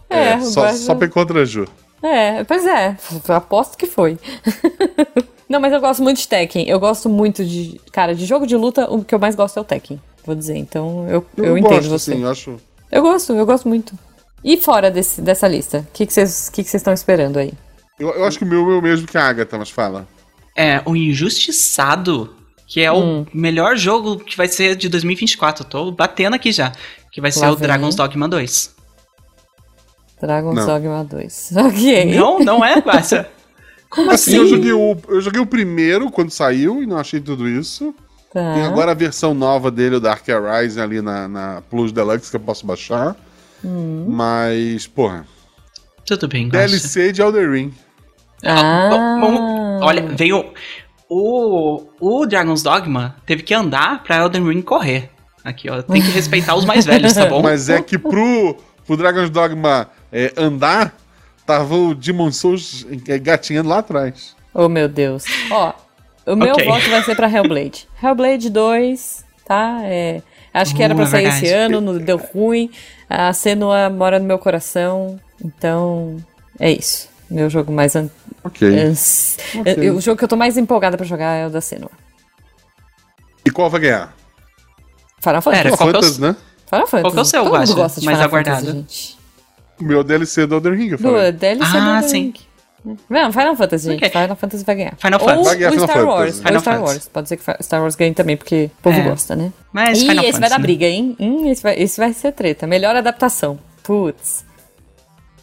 [SPEAKER 1] É, o
[SPEAKER 2] só,
[SPEAKER 1] Guaxa-
[SPEAKER 2] só pra encontrar Ju.
[SPEAKER 1] É, pois é, aposto que foi. (laughs) Não, mas eu gosto muito de Tekken. Eu gosto muito de. Cara, de jogo de luta, o que eu mais gosto é o Tekken. Vou dizer, então eu, eu, entendo
[SPEAKER 2] gosto,
[SPEAKER 1] você.
[SPEAKER 2] assim, eu acho.
[SPEAKER 1] Eu gosto, eu gosto muito. E fora desse, dessa lista, o que que vocês que que vocês estão esperando aí?
[SPEAKER 2] Eu, eu acho que o meu é o mesmo que a Agatha, mas fala.
[SPEAKER 3] É, o Injustiçado, que é
[SPEAKER 1] Hum.
[SPEAKER 3] o melhor jogo que vai ser de 2024. Eu tô batendo aqui já. Que vai ser
[SPEAKER 1] Lá
[SPEAKER 3] o
[SPEAKER 1] vem.
[SPEAKER 3] Dragon's Dogma 2.
[SPEAKER 1] Dragon's
[SPEAKER 2] Não.
[SPEAKER 1] Dogma 2. (laughs) Ok.
[SPEAKER 3] Não, não é, Guacha?
[SPEAKER 1] (laughs)
[SPEAKER 3] Como
[SPEAKER 2] Assim,
[SPEAKER 3] assim?
[SPEAKER 2] eu joguei, o, eu joguei o primeiro quando saiu e não achei tudo isso.
[SPEAKER 1] Tá.
[SPEAKER 2] Tem agora a versão nova dele, o Dark Horizon, ali na, na Plus Deluxe, que eu posso baixar.
[SPEAKER 1] Hum.
[SPEAKER 2] Mas, porra,
[SPEAKER 3] Tudo bem, Guacha.
[SPEAKER 2] DLC de Elden Ring.
[SPEAKER 1] Ah.
[SPEAKER 3] Bom, vamos- Olha, veio. O, o Dragon's Dogma teve que andar pra Elden Ring correr. Aqui, ó. Tem que respeitar os mais velhos, tá bom?
[SPEAKER 2] (laughs) Mas é que pro, pro Dragon's Dogma é, andar, tava o Demon Souls é, gatinhando lá atrás.
[SPEAKER 1] Oh, meu Deus. Ó, o meu
[SPEAKER 3] Ok.
[SPEAKER 1] voto vai ser pra
[SPEAKER 3] (laughs)
[SPEAKER 1] Hellblade. Hellblade 2, tá? É, acho que era
[SPEAKER 3] Uh,
[SPEAKER 1] pra
[SPEAKER 3] é
[SPEAKER 1] sair
[SPEAKER 3] verdade.
[SPEAKER 1] esse ano, não deu ruim. A Senua mora no meu coração. Então, é isso. Meu jogo mais. An...
[SPEAKER 2] Ok.
[SPEAKER 1] ans-
[SPEAKER 2] Ok.
[SPEAKER 1] é, O jogo que eu tô mais empolgada pra jogar é o da Senua.
[SPEAKER 2] E qual vai ganhar?
[SPEAKER 1] Final Fantasy.
[SPEAKER 3] Pera,
[SPEAKER 2] Final
[SPEAKER 3] qual que é o-
[SPEAKER 2] Fantasy, né?
[SPEAKER 1] Final Fantasy.
[SPEAKER 3] qual que é o seu,
[SPEAKER 1] Todo mundo
[SPEAKER 3] Guaxa?
[SPEAKER 1] gosta de
[SPEAKER 3] Mais
[SPEAKER 1] Final Fantasy,
[SPEAKER 3] aguardado?
[SPEAKER 1] gente.
[SPEAKER 2] O meu DLC do Elden Ring, eu
[SPEAKER 1] Do
[SPEAKER 2] falei.
[SPEAKER 1] DLC
[SPEAKER 3] Ah,
[SPEAKER 1] do
[SPEAKER 3] sim.
[SPEAKER 1] Não, Final Fantasy, gente.
[SPEAKER 3] Ok.
[SPEAKER 1] Final Fantasy vai ganhar.
[SPEAKER 3] Final
[SPEAKER 1] Ou
[SPEAKER 3] Fantasy.
[SPEAKER 2] Vai ganhar
[SPEAKER 1] o
[SPEAKER 2] Final
[SPEAKER 1] Star
[SPEAKER 2] Fantasy.
[SPEAKER 1] Wars. ou
[SPEAKER 3] Final
[SPEAKER 1] o Star
[SPEAKER 3] Fantasy.
[SPEAKER 1] Wars. Pode ser que fa- Star Wars ganhe também, porque o povo
[SPEAKER 3] É.
[SPEAKER 1] gosta, né?
[SPEAKER 3] Mas
[SPEAKER 1] Ih,
[SPEAKER 3] Final
[SPEAKER 1] esse vai
[SPEAKER 3] Fantasy,
[SPEAKER 1] dar
[SPEAKER 3] né?
[SPEAKER 1] briga, hein? Hum, esse, vai, esse vai ser treta. Melhor adaptação. Putz.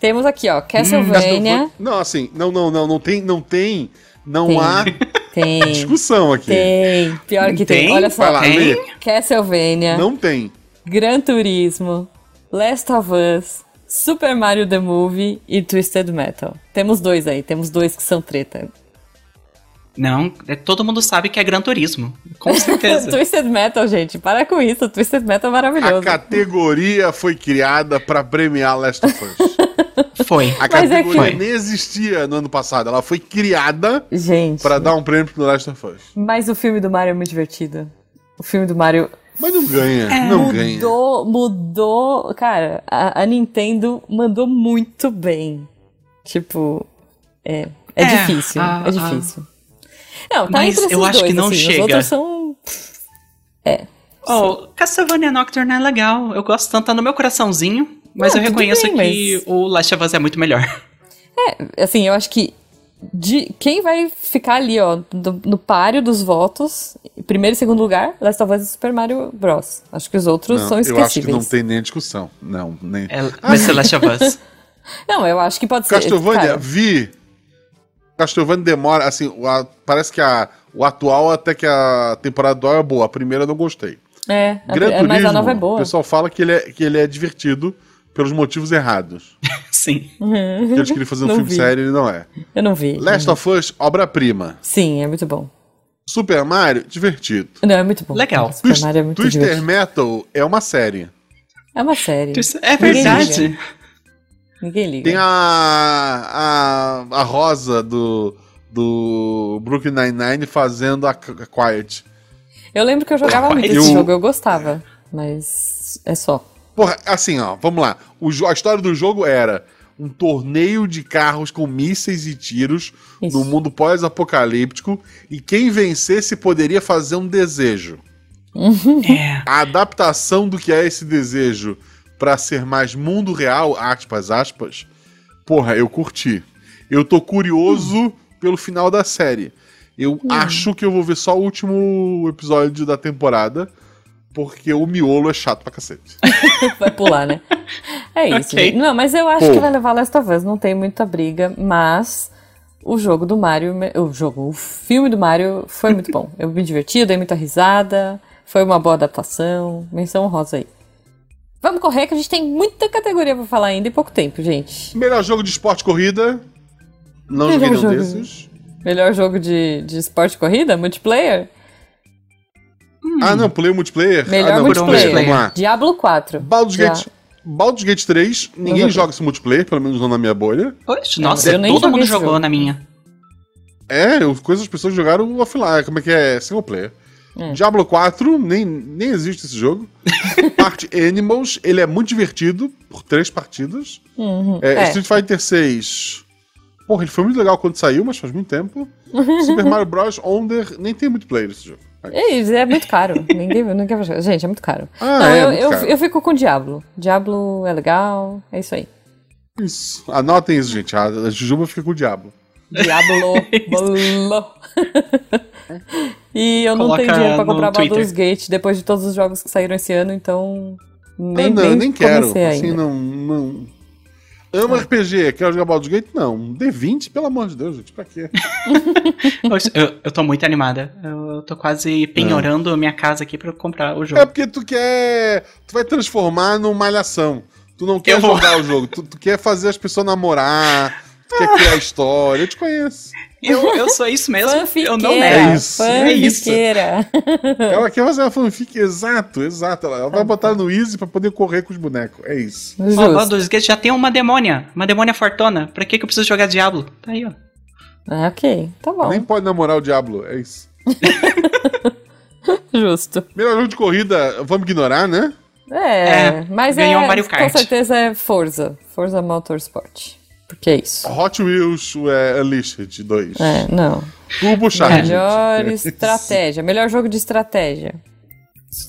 [SPEAKER 1] Temos aqui,
[SPEAKER 3] Hum,
[SPEAKER 1] ó, Castlevania.
[SPEAKER 2] Não, assim, não, não, não, não tem, não tem, não
[SPEAKER 1] Tem.
[SPEAKER 2] há
[SPEAKER 1] Tem,
[SPEAKER 2] discussão aqui.
[SPEAKER 1] tem. Pior que tem.
[SPEAKER 3] Tem?
[SPEAKER 1] Olha só.
[SPEAKER 2] Vai lá,
[SPEAKER 3] Tem?
[SPEAKER 2] lê.
[SPEAKER 1] Castlevania,
[SPEAKER 2] Não tem.
[SPEAKER 1] Gran Turismo, Last of Us, Super Mario The Movie e Twisted Metal. Temos dois aí, temos dois que são treta.
[SPEAKER 3] Não, é- todo mundo sabe que é Gran Turismo. Com
[SPEAKER 1] (laughs)
[SPEAKER 3] certeza.
[SPEAKER 1] Twisted Metal, gente, para com isso. Twisted Metal é
[SPEAKER 2] A
[SPEAKER 1] maravilhoso.
[SPEAKER 2] categoria foi criada pra premiar Last of
[SPEAKER 1] (laughs)
[SPEAKER 2] Us.
[SPEAKER 3] Foi.
[SPEAKER 2] A
[SPEAKER 1] Mas é
[SPEAKER 2] categoria
[SPEAKER 3] que-
[SPEAKER 2] nem existia no ano passado. Ela foi criada
[SPEAKER 1] Gente.
[SPEAKER 2] pra dar um prêmio pro Last of Us.
[SPEAKER 1] Mas o filme do Mario é muito divertido. O filme do Mario
[SPEAKER 2] Mas não ganha,
[SPEAKER 1] É.
[SPEAKER 2] não ganha.
[SPEAKER 1] mudou, mudou. Cara, a, a Nintendo mandou muito bem. Tipo, é, é,
[SPEAKER 3] É,
[SPEAKER 1] difícil,
[SPEAKER 3] a-
[SPEAKER 1] é difícil. Não, tá
[SPEAKER 3] Mas
[SPEAKER 1] entre esses
[SPEAKER 3] eu acho
[SPEAKER 1] dois,
[SPEAKER 3] que não
[SPEAKER 1] assim, Os
[SPEAKER 3] chega.
[SPEAKER 1] outros são...
[SPEAKER 3] Oh, Castlevania Nocturne é legal. Eu gosto tanto, tá no meu coraçãozinho. Mas
[SPEAKER 1] Não,
[SPEAKER 3] eu
[SPEAKER 1] tudo
[SPEAKER 3] reconheço
[SPEAKER 1] bem,
[SPEAKER 3] que
[SPEAKER 1] mas-
[SPEAKER 3] o Last of Us é muito melhor.
[SPEAKER 1] Assim, eu acho que de, quem vai ficar ali, ó, do- no páreo dos votos, primeiro e segundo lugar, Last of Us e Super Mario Bros. Acho que os outros
[SPEAKER 2] Não,
[SPEAKER 1] são
[SPEAKER 2] eu acho que
[SPEAKER 1] esquecíveis.
[SPEAKER 2] não tem nem discussão. Não, nem.
[SPEAKER 3] É, vai ser Last
[SPEAKER 1] (laughs)
[SPEAKER 3] of Us.
[SPEAKER 1] Não, eu acho que pode ser.
[SPEAKER 2] Castlevania,
[SPEAKER 1] cara,
[SPEAKER 2] vi. Castlevania demora, assim, o a- parece que a, o atual até que a temporada atual é boa. A primeira eu não gostei.
[SPEAKER 1] É, a-
[SPEAKER 2] Gran
[SPEAKER 1] é, mas a
[SPEAKER 2] Turismo,
[SPEAKER 1] nova é boa.
[SPEAKER 2] O pessoal fala que ele é, que ele é divertido pelos motivos errados.
[SPEAKER 3] Sim.
[SPEAKER 2] Que eles queriam fazer um
[SPEAKER 1] Não
[SPEAKER 2] filme
[SPEAKER 1] vi.
[SPEAKER 2] sério e ele não é.
[SPEAKER 1] (laughs) Eu não vi.
[SPEAKER 2] Last of Us, obra-prima.
[SPEAKER 1] Sim, é muito bom.
[SPEAKER 2] Super Mario, divertido.
[SPEAKER 1] Não, é muito bom.
[SPEAKER 3] Legal.
[SPEAKER 1] Super Mario é muito
[SPEAKER 2] Twister
[SPEAKER 1] divertido.
[SPEAKER 2] Metal é uma série.
[SPEAKER 1] É uma série.
[SPEAKER 3] É
[SPEAKER 1] Ninguém
[SPEAKER 3] verdade.
[SPEAKER 1] liga. Ninguém liga.
[SPEAKER 2] Tem a, a, a Rosa do, do Brooklyn Nine-Nine fazendo a Qu- a Quiet.
[SPEAKER 1] Eu lembro que eu jogava muito
[SPEAKER 2] Ah, Eu-
[SPEAKER 1] esse jogo, eu gostava. Mas é só.
[SPEAKER 2] Porra, assim, ó, vamos lá. O jo- a história do jogo era um torneio de carros com mísseis e tiros
[SPEAKER 1] Isso.
[SPEAKER 2] no mundo pós-apocalíptico e quem vencesse poderia fazer um desejo.
[SPEAKER 3] É.
[SPEAKER 2] A adaptação do que é esse desejo pra ser mais mundo real, aspas, aspas, porra, eu curti. Eu tô curioso pelo final da série. Eu
[SPEAKER 1] Hum.
[SPEAKER 2] acho que eu vou ver só o último episódio da temporada, porque o miolo é chato pra cacete.
[SPEAKER 1] (laughs) Vai pular, né? É isso.
[SPEAKER 3] Ok.
[SPEAKER 1] gente. Não, mas eu acho
[SPEAKER 2] Pô.
[SPEAKER 1] que vai levar Last of Us. Não tem muita briga, mas o jogo do Mario. me- O jogo, o filme do Mario foi muito bom. Eu me diverti, eu dei muita risada. Foi uma boa adaptação. Menção rosa aí. Vamos correr que a gente tem muita categoria pra falar ainda e pouco tempo, gente.
[SPEAKER 2] Melhor jogo de esporte corrida. Não
[SPEAKER 1] Melhor
[SPEAKER 2] joguei nenhum
[SPEAKER 1] jogo.
[SPEAKER 2] desses.
[SPEAKER 1] Melhor jogo de, de esporte e corrida? Multiplayer?
[SPEAKER 2] Ah, não, pulei o multiplayer.
[SPEAKER 1] Hum. Melhor
[SPEAKER 2] ah, não,
[SPEAKER 1] multiplayer.
[SPEAKER 2] Vamos lá.
[SPEAKER 1] Diablo 4.
[SPEAKER 2] Baldur's
[SPEAKER 1] Já.
[SPEAKER 2] Gate, Baldur's Gate 3, ninguém
[SPEAKER 1] joguei.
[SPEAKER 2] joga esse multiplayer, pelo menos não na minha bolha.
[SPEAKER 3] Poxa,
[SPEAKER 1] Não,
[SPEAKER 3] nossa,
[SPEAKER 1] eu nem
[SPEAKER 3] todo
[SPEAKER 1] joguei
[SPEAKER 3] mundo
[SPEAKER 1] esse
[SPEAKER 3] jogou
[SPEAKER 1] jogo.
[SPEAKER 3] na minha.
[SPEAKER 2] É, eu, coisas as pessoas jogaram offline, como é que é? Single player.
[SPEAKER 1] Hum.
[SPEAKER 2] Diablo 4, nem, nem existe
[SPEAKER 1] (laughs)
[SPEAKER 2] esse jogo. Parte Animals, ele é muito divertido, por três partidas.
[SPEAKER 1] Uhum.
[SPEAKER 2] É,
[SPEAKER 1] É.
[SPEAKER 2] Street Fighter 6. Porra, ele foi muito legal quando saiu, mas faz muito tempo. Super Mario Bros. Onder, nem tem multiplayer esse jogo.
[SPEAKER 1] Uhum. É isso, é muito
[SPEAKER 3] (laughs)
[SPEAKER 1] caro. Ninguém, ninguém vai jogar. Gente, é muito caro.
[SPEAKER 2] Ah,
[SPEAKER 1] não,
[SPEAKER 2] é,
[SPEAKER 1] eu,
[SPEAKER 2] muito
[SPEAKER 1] eu,
[SPEAKER 2] caro.
[SPEAKER 1] eu fico com Diablo. Diablo é legal, é isso aí.
[SPEAKER 2] Isso. Anotem isso, gente. A
[SPEAKER 3] (laughs) É
[SPEAKER 2] a Jujuba fica com o diabo.
[SPEAKER 1] Diablo. bolo. E eu não
[SPEAKER 3] Coloca
[SPEAKER 1] tenho dinheiro pra
[SPEAKER 3] no
[SPEAKER 1] comprar
[SPEAKER 3] Twitter.
[SPEAKER 1] Baldur's Gate depois de todos os jogos que saíram esse ano, então. Nem,
[SPEAKER 2] ah, não, eu
[SPEAKER 1] nem,
[SPEAKER 2] nem quero.
[SPEAKER 1] comecei
[SPEAKER 2] Assim,
[SPEAKER 1] ainda. É.
[SPEAKER 2] não, não. Amo RPG, quero jogar Baldur's Gate? Não. D20, pelo amor de Deus, gente, pra quê?
[SPEAKER 3] Eu, eu tô muito animada. Eu tô quase penhorando a minha casa aqui pra eu comprar o
[SPEAKER 2] É
[SPEAKER 3] jogo.
[SPEAKER 2] porque tu quer. Tu vai transformar numa malhação. Tu não quer
[SPEAKER 3] Eu vou.
[SPEAKER 2] jogar o jogo, tu, tu quer fazer as pessoas namorar, tu quer criar história, eu te conheço.
[SPEAKER 3] Eu, eu sou
[SPEAKER 1] (laughs)
[SPEAKER 3] isso mesmo.
[SPEAKER 1] Fanfiqueira,
[SPEAKER 3] Eu não
[SPEAKER 2] É
[SPEAKER 3] nego.
[SPEAKER 2] isso,
[SPEAKER 3] é isso.
[SPEAKER 1] fanfiqueira. É.
[SPEAKER 2] Ela quer fazer uma fanfic, exato, exato. Ela, ela vai botar no Easy pra poder correr com os bonecos. É isso.
[SPEAKER 3] Ó,
[SPEAKER 1] Justo.
[SPEAKER 3] Baldur's Gate já tem uma demônia. Uma demônia fortona. Pra que, que eu preciso jogar Diablo? Tá aí, ó.
[SPEAKER 1] Ah, ok, tá bom.
[SPEAKER 2] Nem pode namorar o Diablo, é isso.
[SPEAKER 1] Justo.
[SPEAKER 2] Melhor jogo de corrida, vamos ignorar, né?
[SPEAKER 1] É,
[SPEAKER 3] É,
[SPEAKER 1] mas é.
[SPEAKER 3] ganhou um Mario Kart.
[SPEAKER 1] Com certeza é Forza. Forza Motorsport. Porque é isso.
[SPEAKER 2] Hot Wheels é, Unleashed 2.
[SPEAKER 1] É, não.
[SPEAKER 2] Turbo Charge.
[SPEAKER 1] Melhor
[SPEAKER 2] (laughs) É isso.
[SPEAKER 1] estratégia. Melhor jogo de estratégia.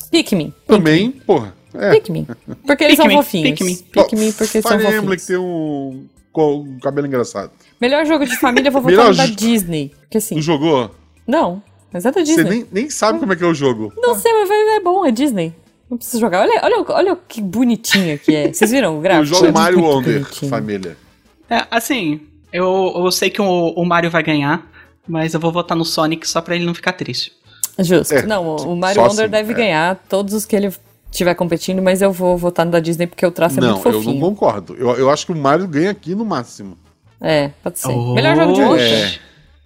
[SPEAKER 1] Pikmin.
[SPEAKER 2] Também, porra. É.
[SPEAKER 1] Pikmin. Porque eles são
[SPEAKER 3] Pikmin,
[SPEAKER 1] fofinhos.
[SPEAKER 3] Pikmin.
[SPEAKER 1] Pikmin, porque são
[SPEAKER 2] Fire Emblem
[SPEAKER 1] fofinhos.
[SPEAKER 2] que tem um, co- um cabelo engraçado.
[SPEAKER 1] Melhor jogo de família, eu vou votar
[SPEAKER 2] Melhor
[SPEAKER 1] no da
[SPEAKER 2] jo-
[SPEAKER 1] Disney. Porque assim,
[SPEAKER 2] Tu jogou?
[SPEAKER 1] não. Mas é da
[SPEAKER 2] Você
[SPEAKER 1] Disney.
[SPEAKER 2] nem, nem sabe como é que é o jogo.
[SPEAKER 1] Não sei, mas vai- é bom, é Disney. Não precisa jogar. Olha, olha, o- olha o que bonitinha que é. Vocês viram o
[SPEAKER 2] Eu
[SPEAKER 1] gráfico?
[SPEAKER 2] jogo Mario
[SPEAKER 1] Muito
[SPEAKER 2] Wonder,
[SPEAKER 1] bonitinho.
[SPEAKER 2] família.
[SPEAKER 3] É, assim, eu, eu sei que o, o Mario vai ganhar, mas eu vou votar no Sonic só pra ele não ficar triste.
[SPEAKER 1] Justo.
[SPEAKER 2] É,
[SPEAKER 1] não, o- o Mario
[SPEAKER 2] só
[SPEAKER 1] Wonder
[SPEAKER 2] assim,
[SPEAKER 1] deve
[SPEAKER 2] é.
[SPEAKER 1] ganhar todos os que ele tiver competindo, mas eu vou votar no da Disney porque o traço é
[SPEAKER 2] não,
[SPEAKER 1] muito
[SPEAKER 2] eu
[SPEAKER 1] fofinho.
[SPEAKER 2] não concordo. Eu, eu acho que o Mario ganha aqui no máximo.
[SPEAKER 1] É, pode ser.
[SPEAKER 3] Oh.
[SPEAKER 1] Melhor jogo de luta.
[SPEAKER 2] É.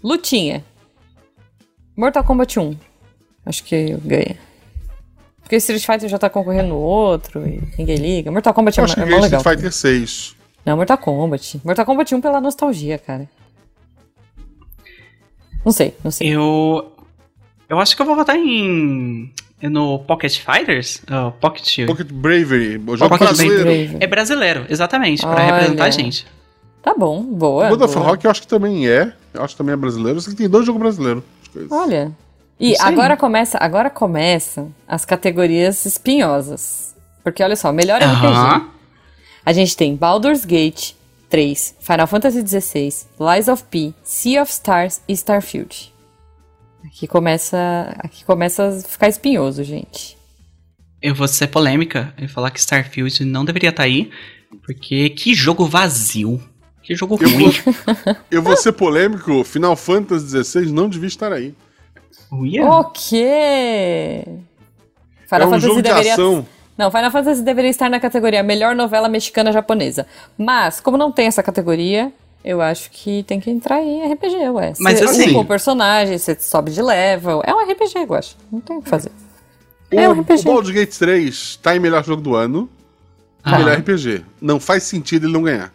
[SPEAKER 1] Lutinha. Mortal Kombat 1. Acho que ganha. Porque Street Fighter já tá concorrendo no outro e ninguém liga. Mortal Kombat
[SPEAKER 2] Eu
[SPEAKER 1] é,
[SPEAKER 2] acho que
[SPEAKER 1] é
[SPEAKER 2] ganha
[SPEAKER 1] mó legal.
[SPEAKER 2] Street Fighter 6.
[SPEAKER 1] Não, Mortal Kombat. Mortal Kombat 1 pela nostalgia, cara. Não sei, não sei.
[SPEAKER 3] Eu. Eu acho que eu vou votar em. No Pocket Fighters? Ah, Pocket.
[SPEAKER 2] Pocket é Bravery, o jogo
[SPEAKER 3] Pocket
[SPEAKER 2] brasileiro.
[SPEAKER 1] Brave.
[SPEAKER 3] É brasileiro, exatamente, pra
[SPEAKER 1] Olha.
[SPEAKER 3] representar a gente.
[SPEAKER 1] Tá bom, boa.
[SPEAKER 2] God of
[SPEAKER 1] boa.
[SPEAKER 2] Rock eu acho que também é. Eu acho que também é brasileiro. Eu sei que tem dois jogos brasileiros. Acho que é isso.
[SPEAKER 1] Olha. E
[SPEAKER 3] Isso aí.
[SPEAKER 1] agora começa, agora começa as categorias espinhosas. Porque olha só, melhor RPG.
[SPEAKER 3] Aham.
[SPEAKER 1] A gente tem Baldur's Gate 3, Final Fantasy XVI, Lies of P, Sea of Stars e Starfield. Aqui começa, aqui começa a ficar espinhoso, gente.
[SPEAKER 3] Eu vou ser polêmica e falar que Starfield não deveria estar aí, porque que jogo vazio. Que jogo
[SPEAKER 2] Eu
[SPEAKER 3] ruim.
[SPEAKER 2] Eu vou ser polêmico, Final Fantasy XVI não devia estar aí.
[SPEAKER 3] Uia.
[SPEAKER 1] O quê? Final
[SPEAKER 2] é um jogo de ação.
[SPEAKER 1] Não, Final Fantasy deveria estar na categoria melhor novela mexicana japonesa. Mas, como não tem essa categoria, eu acho que tem que entrar em RPG, ué. Você
[SPEAKER 3] Mas assim-
[SPEAKER 1] upa o personagem, você sobe de level. É um RPG, eu acho. Não tem o que fazer.
[SPEAKER 2] O,
[SPEAKER 1] É um
[SPEAKER 2] o
[SPEAKER 1] RPG.
[SPEAKER 2] Baldur's Gate 3 tá em melhor jogo do ano e
[SPEAKER 3] Ah.
[SPEAKER 2] melhor RPG. Não faz sentido ele não ganhar.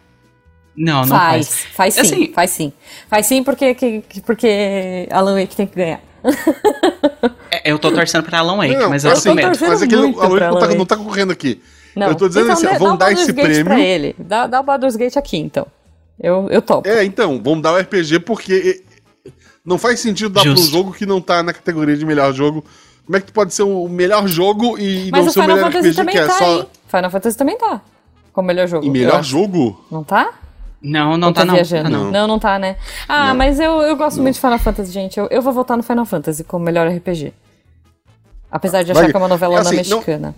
[SPEAKER 3] Não, não
[SPEAKER 1] faz, faz,
[SPEAKER 3] faz.
[SPEAKER 1] sim,
[SPEAKER 3] Assim-
[SPEAKER 1] faz sim. Faz sim porque, que- que- porque Alan Wake tem que ganhar.
[SPEAKER 3] É, Eu tô torcendo pra Alan Wake, mas eu
[SPEAKER 2] é
[SPEAKER 3] tô com
[SPEAKER 1] assim,
[SPEAKER 3] medo.
[SPEAKER 1] torcendo
[SPEAKER 2] mas é que ele-
[SPEAKER 1] muito
[SPEAKER 2] a Alan
[SPEAKER 1] pra
[SPEAKER 2] não,
[SPEAKER 1] Alan
[SPEAKER 2] tá,
[SPEAKER 1] Wake.
[SPEAKER 2] não tá correndo aqui.
[SPEAKER 1] Não,
[SPEAKER 2] Eu tô dizendo
[SPEAKER 1] então
[SPEAKER 2] assim, ó,
[SPEAKER 1] dá- dá
[SPEAKER 2] vão
[SPEAKER 1] o
[SPEAKER 2] dar
[SPEAKER 1] Baldur's
[SPEAKER 2] esse
[SPEAKER 1] Gate
[SPEAKER 2] prêmio.
[SPEAKER 1] Pra ele. Dá, dá o Baldur's Gate aqui, então. Eu, eu topo.
[SPEAKER 2] É, então, vamos dar o RPG porque e- não faz sentido dar pra um
[SPEAKER 3] Justo.
[SPEAKER 2] jogo que não tá na categoria de melhor jogo. Como é que tu pode ser o melhor jogo e
[SPEAKER 1] Mas
[SPEAKER 2] não
[SPEAKER 1] o
[SPEAKER 2] ser o
[SPEAKER 1] Final
[SPEAKER 2] então, melhor
[SPEAKER 1] Fantasy
[SPEAKER 2] RPG
[SPEAKER 1] também
[SPEAKER 2] que é
[SPEAKER 1] tá,
[SPEAKER 2] só.
[SPEAKER 1] hein? Final Fantasy também tá. Como melhor jogo.
[SPEAKER 2] E
[SPEAKER 1] eu
[SPEAKER 2] melhor
[SPEAKER 1] acho.
[SPEAKER 2] jogo?
[SPEAKER 1] Não tá?
[SPEAKER 3] Não, não
[SPEAKER 1] Ou
[SPEAKER 3] tá não.
[SPEAKER 1] viajando?
[SPEAKER 3] Tá, não.
[SPEAKER 1] não, não tá, né? Ah,
[SPEAKER 2] Não.
[SPEAKER 1] mas eu, eu gosto muito de Final Fantasy, gente. Eu, eu vou votar no Final Fantasy como melhor RPG. Apesar de achar
[SPEAKER 2] Vai-
[SPEAKER 1] que é uma novela
[SPEAKER 2] assim, não-
[SPEAKER 1] mexicana.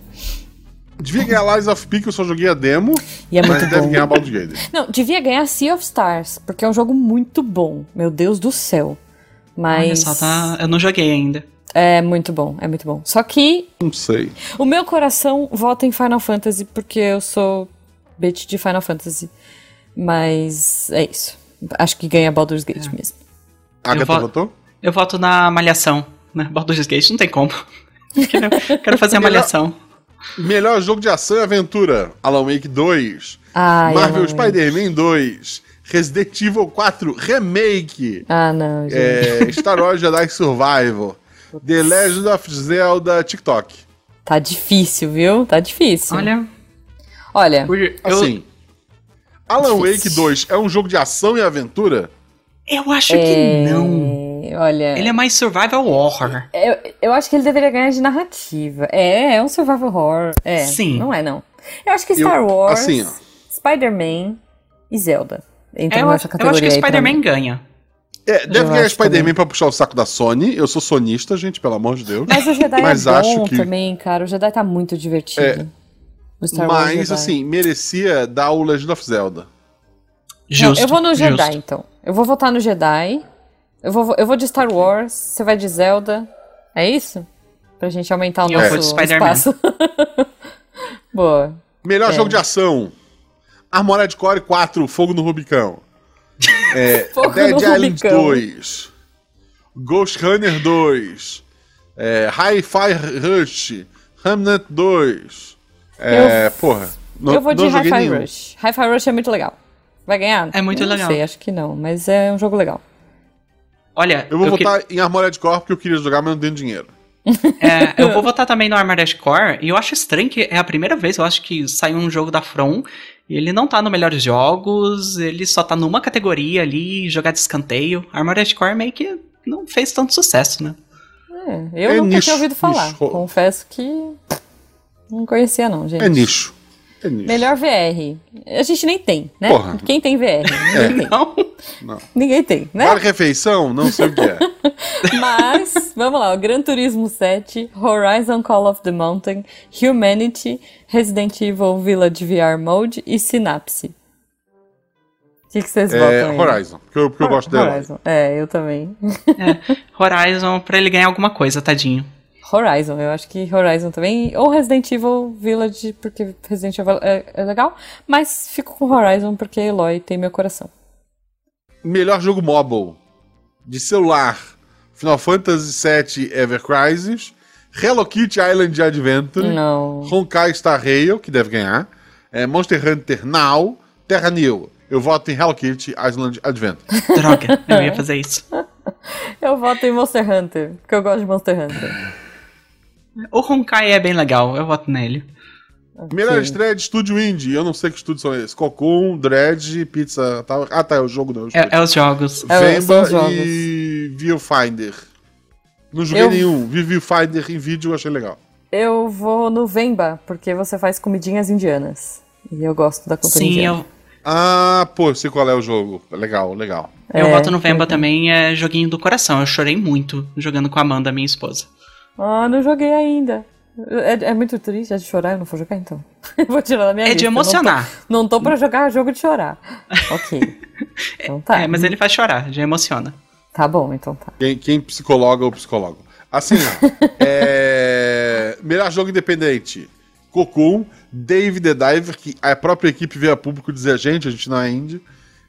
[SPEAKER 2] Devia ganhar Lies of P, que eu só joguei a demo,
[SPEAKER 1] E é muito
[SPEAKER 2] mas deve
[SPEAKER 1] bom.
[SPEAKER 2] ganhar Baldur's Gate.
[SPEAKER 1] Não, devia ganhar Sea of Stars, porque é um jogo muito bom. Meu Deus do céu.
[SPEAKER 3] Olha
[SPEAKER 1] Mas
[SPEAKER 3] só, tá... eu não joguei ainda.
[SPEAKER 1] é muito bom, é muito bom. Só que
[SPEAKER 2] Não sei.
[SPEAKER 1] o meu coração vota em Final Fantasy, porque eu sou bitch de Final Fantasy. Mas é isso. Acho que ganha Baldur's Gate
[SPEAKER 3] É.
[SPEAKER 1] mesmo.
[SPEAKER 2] Agatha
[SPEAKER 3] vou-
[SPEAKER 2] votou?
[SPEAKER 3] Eu voto na Malhação, né? Baldur's Gate, não tem como. (laughs) quero, quero fazer a Malhação.
[SPEAKER 2] Melhor jogo de ação e aventura: Alan Wake 2,
[SPEAKER 1] Ai,
[SPEAKER 2] Marvel
[SPEAKER 1] Alan
[SPEAKER 2] Spider-Man 2, Resident Evil 4 Remake,
[SPEAKER 1] Ah, não, gente. (laughs)
[SPEAKER 2] é, Star Wars Jedi Survival, The Legend of Zelda TikTok.
[SPEAKER 1] Tá difícil, viu? Tá difícil. Olha,
[SPEAKER 3] Olha, por- eu,
[SPEAKER 2] Assim, Alan
[SPEAKER 1] Difícil.
[SPEAKER 2] Wake 2 é um jogo de ação e aventura?
[SPEAKER 3] eu acho que não.
[SPEAKER 1] é, olha
[SPEAKER 3] Ele é mais survival horror.
[SPEAKER 1] eu, eu acho que ele deveria ganhar de narrativa. É, é um survival horror. É,
[SPEAKER 3] Sim.
[SPEAKER 1] não é, não. Eu acho que
[SPEAKER 2] Eu-
[SPEAKER 1] Star Wars,
[SPEAKER 2] assim, ó.
[SPEAKER 1] Spider-Man e Zelda
[SPEAKER 3] É,
[SPEAKER 1] entram
[SPEAKER 3] eu,
[SPEAKER 1] nessa
[SPEAKER 3] acho- eu
[SPEAKER 1] Então, categoria
[SPEAKER 3] acho que o
[SPEAKER 1] aí pra mim.
[SPEAKER 3] Spider-Man ganha.
[SPEAKER 2] É, deve
[SPEAKER 1] Eu
[SPEAKER 2] ganhar
[SPEAKER 1] acho também.
[SPEAKER 2] Spider-Man pra puxar o saco da Sony. Eu sou sonista, gente, pelo amor de Deus.
[SPEAKER 1] Mas o
[SPEAKER 2] (laughs)
[SPEAKER 1] Jedi
[SPEAKER 2] Mas
[SPEAKER 1] é bom
[SPEAKER 2] acho que-
[SPEAKER 1] também, cara. O Jedi tá muito divertido.
[SPEAKER 2] É.
[SPEAKER 1] O Star Wars
[SPEAKER 2] Mas,
[SPEAKER 1] Jedi.
[SPEAKER 2] assim, merecia dar o Legend of Zelda.
[SPEAKER 1] Não,
[SPEAKER 3] Justo.
[SPEAKER 1] eu vou no Jedi,
[SPEAKER 3] justo.
[SPEAKER 1] então. Eu vou votar no Jedi. Eu vou, eu vou de Star Wars, você vai de Zelda. É isso? Pra gente aumentar o
[SPEAKER 3] E eu
[SPEAKER 1] nosso
[SPEAKER 3] vou de Spider-Man.
[SPEAKER 1] espaço. (laughs) Boa.
[SPEAKER 2] Melhor
[SPEAKER 1] É.
[SPEAKER 2] jogo de ação: Armored Core 4, Fogo no Rubicão.
[SPEAKER 1] (laughs)
[SPEAKER 2] É,
[SPEAKER 1] Fogo
[SPEAKER 2] Dead
[SPEAKER 1] no
[SPEAKER 2] Island
[SPEAKER 1] Rubicão.
[SPEAKER 2] 2. Ghost Runner 2. É, Hi-Fi Rush. Remnant 2. É,
[SPEAKER 1] Eu-
[SPEAKER 2] porra. não-
[SPEAKER 1] eu vou de
[SPEAKER 2] não joguei
[SPEAKER 1] Hi-Fi
[SPEAKER 2] nenhum.
[SPEAKER 1] Rush. Hi-Fi Rush é muito legal. Vai ganhar?
[SPEAKER 3] É muito
[SPEAKER 1] Eu
[SPEAKER 3] legal.
[SPEAKER 1] Não sei, acho que não, mas é um jogo legal.
[SPEAKER 3] Olha,
[SPEAKER 2] Eu vou
[SPEAKER 3] que-
[SPEAKER 2] votar em Armored Core porque eu queria jogar, mas não tenho dinheiro.
[SPEAKER 1] (laughs)
[SPEAKER 3] É, eu vou votar também no Armored Core, e eu acho estranho que é a primeira vez, eu acho que saiu um jogo da From, e ele não tá no melhores jogos, ele só tá numa categoria ali, jogar de escanteio. Armored Core meio que não fez tanto sucesso, né?
[SPEAKER 1] É, eu
[SPEAKER 2] É
[SPEAKER 1] nunca
[SPEAKER 2] nicho,
[SPEAKER 1] tinha ouvido falar.
[SPEAKER 2] nicho.
[SPEAKER 1] Confesso que não conhecia não, gente.
[SPEAKER 2] É nicho. É nicho.
[SPEAKER 1] Melhor VR. A gente nem tem, né?
[SPEAKER 2] Porra. É.
[SPEAKER 1] Quem tem
[SPEAKER 2] (laughs)
[SPEAKER 1] VR? Ninguém tem.
[SPEAKER 3] Não,
[SPEAKER 1] Ninguém tem, né?
[SPEAKER 2] Vale refeição? Não sei o que
[SPEAKER 1] (laughs)
[SPEAKER 2] é.
[SPEAKER 1] Mas, vamos lá, o Gran Turismo 7, Horizon Call of the Mountain, Humanity, Resident Evil Village VR Mode e Synapse. O que que vocês votam
[SPEAKER 2] É,
[SPEAKER 1] aí?
[SPEAKER 2] Horizon, porque eu, porque eu gosto dela.
[SPEAKER 1] Horizon. É, eu também.
[SPEAKER 3] (laughs) Horizon pra ele ganhar alguma coisa, tadinho.
[SPEAKER 1] Horizon, eu acho que Horizon também. Ou Resident Evil Village, porque Resident Evil é, é legal. Mas fico com Horizon porque Eloy tem meu coração.
[SPEAKER 2] Melhor jogo mobile de celular: Final Fantasy VII Ever Crisis, Hello Kitty Island Adventure,
[SPEAKER 1] Não.
[SPEAKER 2] Honkai Star Rail, que deve ganhar, é, Monster Hunter Now, Terra New. Eu voto em Hello Kitty Island Adventure.
[SPEAKER 1] (laughs)
[SPEAKER 3] Droga, eu ia fazer isso.
[SPEAKER 1] Eu voto em Monster Hunter, porque eu gosto de Monster Hunter.
[SPEAKER 3] O Honkai é bem legal, eu voto nele.
[SPEAKER 2] Melhor
[SPEAKER 1] Ok.
[SPEAKER 2] estreia de estúdio indie. Eu não sei que estúdios são esses: Cocoon, Dredge, Pizza. Tal. Ah, tá, é o jogo não. eu
[SPEAKER 3] É, é os jogos.
[SPEAKER 1] É, são
[SPEAKER 2] Vemba
[SPEAKER 1] os jogos.
[SPEAKER 2] e Viewfinder. Não joguei
[SPEAKER 1] Eu-
[SPEAKER 2] nenhum. Vi Viewfinder em vídeo, achei legal.
[SPEAKER 1] Eu vou no Vemba, porque você faz comidinhas indianas. E eu gosto da cultura
[SPEAKER 3] Sim,
[SPEAKER 1] indiana.
[SPEAKER 3] eu,
[SPEAKER 2] Ah, pô, sei qual é o jogo. Legal, legal.
[SPEAKER 3] eu
[SPEAKER 1] É,
[SPEAKER 3] voto no Vemba também, é joguinho do coração. Eu chorei muito jogando com a Amanda, minha esposa.
[SPEAKER 1] Ah, não joguei ainda. É, é muito triste, é de chorar, eu não vou jogar então. (laughs) Eu vou tirar da minha
[SPEAKER 3] É
[SPEAKER 1] lista,
[SPEAKER 3] de
[SPEAKER 1] eu não tô-
[SPEAKER 3] emocionar.
[SPEAKER 1] Não tô, pra jogar jogo de chorar.
[SPEAKER 3] (laughs)
[SPEAKER 1] ok. Então tá.
[SPEAKER 3] É, mas ele faz chorar, já emociona.
[SPEAKER 1] Tá bom, então tá.
[SPEAKER 2] Quem, quem psicologa ou psicólogo. Assim, ó.
[SPEAKER 1] (laughs)
[SPEAKER 2] é... Melhor jogo independente. Cocoon, Dave the Diver, que a própria equipe veio a público dizer a gente, a gente não é indie.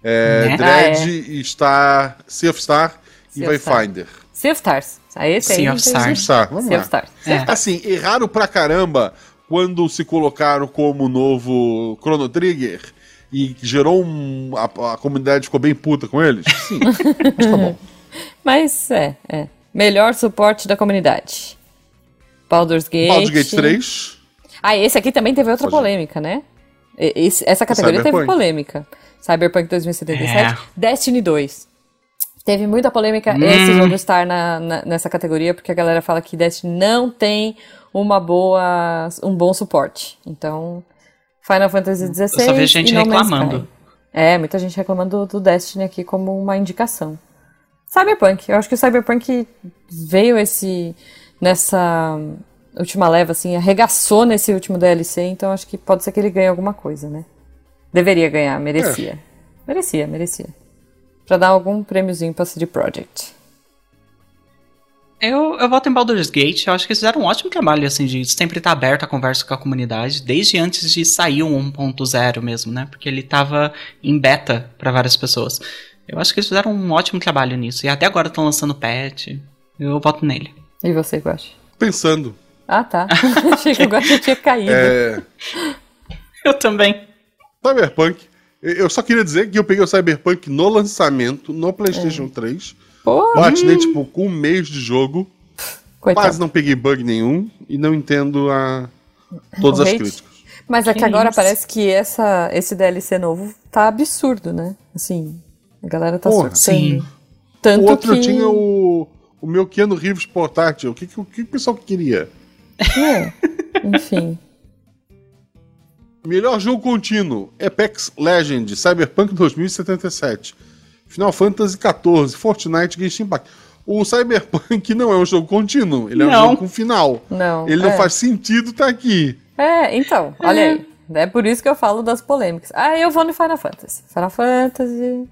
[SPEAKER 2] É,
[SPEAKER 3] Né?
[SPEAKER 2] Dredge, e Star, Sea of Star e
[SPEAKER 1] Ah, Sea of Star.
[SPEAKER 2] Wayfinder.
[SPEAKER 1] Sea of Stars. Aí esse aí
[SPEAKER 3] Sea
[SPEAKER 1] não
[SPEAKER 3] of
[SPEAKER 1] tem
[SPEAKER 3] Stars.
[SPEAKER 1] jeito.
[SPEAKER 2] Star, vamos
[SPEAKER 1] Sea
[SPEAKER 2] lá.
[SPEAKER 1] of Stars.
[SPEAKER 3] É.
[SPEAKER 2] Assim, erraram pra caramba quando se colocaram como novo Chrono Trigger e gerou um. A, a comunidade ficou bem puta com eles?
[SPEAKER 1] (laughs)
[SPEAKER 2] Sim. mas tá bom.
[SPEAKER 1] Mas é, é. Melhor suporte da comunidade. Baldur's Gate.
[SPEAKER 2] Baldur's Gate 3.
[SPEAKER 1] Ah, esse aqui também teve outra
[SPEAKER 2] Pode ir.
[SPEAKER 1] polêmica, né? E- esse- essa categoria teve
[SPEAKER 2] Cyberpunk.
[SPEAKER 1] polêmica. Cyberpunk 2077.
[SPEAKER 3] É. Hum.
[SPEAKER 1] Destiny 2. Teve muita polêmica esse jogo estar na- na- nessa categoria, porque a galera fala que Destiny não tem uma boa, um bom suporte. Então, Final Fantasy XVI.
[SPEAKER 3] Eu só vejo gente
[SPEAKER 1] e No Man's
[SPEAKER 3] reclamando.
[SPEAKER 1] Sky. É, muita gente reclamando do Destiny aqui como uma indicação. Cyberpunk. Eu acho que o Cyberpunk veio esse nessa última leva, assim, arregaçou nesse último DLC, então acho que pode ser que ele ganhe alguma coisa, né? Deveria ganhar,
[SPEAKER 3] É.
[SPEAKER 1] merecia. Merecia, merecia. Pra dar algum prêmiozinho pra CD Projekt.
[SPEAKER 3] Eu, eu voto em Baldur's Gate, eu acho que eles fizeram um ótimo trabalho, assim, de sempre estar aberto a conversa com a comunidade, desde antes de sair um o 1.0 mesmo, né? Porque ele tava em beta pra várias pessoas. Eu acho que eles fizeram um ótimo trabalho nisso, e até agora estão lançando patch. Eu voto nele. (laughs)
[SPEAKER 1] E você, Guache?
[SPEAKER 2] Pensando.
[SPEAKER 1] Ah, tá. (laughs) Achei que o Guache tinha caído.
[SPEAKER 2] É,
[SPEAKER 3] Eu também.
[SPEAKER 2] Cyberpunk. Eu- Eu só queria dizer que eu peguei o Cyberpunk no lançamento, no
[SPEAKER 1] É.
[SPEAKER 2] PlayStation 3.
[SPEAKER 1] Pô,
[SPEAKER 2] Platinei, tipo, com um mês de jogo.
[SPEAKER 1] coitado.
[SPEAKER 2] Quase não peguei bug nenhum. E não entendo a todas
[SPEAKER 1] O
[SPEAKER 2] as
[SPEAKER 1] hate?
[SPEAKER 2] críticas.
[SPEAKER 1] Mas é
[SPEAKER 3] Que
[SPEAKER 1] que agora
[SPEAKER 3] isso.
[SPEAKER 1] parece que essa, esse DLC novo tá absurdo, né? Assim, a galera tá
[SPEAKER 2] Porra.
[SPEAKER 1] surtando.
[SPEAKER 3] Sim.
[SPEAKER 1] Tanto
[SPEAKER 2] O outro
[SPEAKER 1] que...
[SPEAKER 2] eu tinha o, o meu Keanu Reeves portátil. O que, que, o que o pessoal queria?
[SPEAKER 1] (laughs) É, enfim.
[SPEAKER 2] Melhor jogo contínuo: Apex Legend, Cyberpunk 2077, Final Fantasy XIV, Fortnite, Genshin Impact. O Cyberpunk (laughs) não é um jogo contínuo, ele é
[SPEAKER 3] Não.
[SPEAKER 2] um jogo com final.
[SPEAKER 1] Não,
[SPEAKER 2] Ele não
[SPEAKER 1] é.
[SPEAKER 2] faz sentido estar aqui.
[SPEAKER 1] É, então, olha
[SPEAKER 3] É.
[SPEAKER 1] aí. É por isso que eu falo das polêmicas. Ah, eu vou no Final Fantasy. Final Fantasy.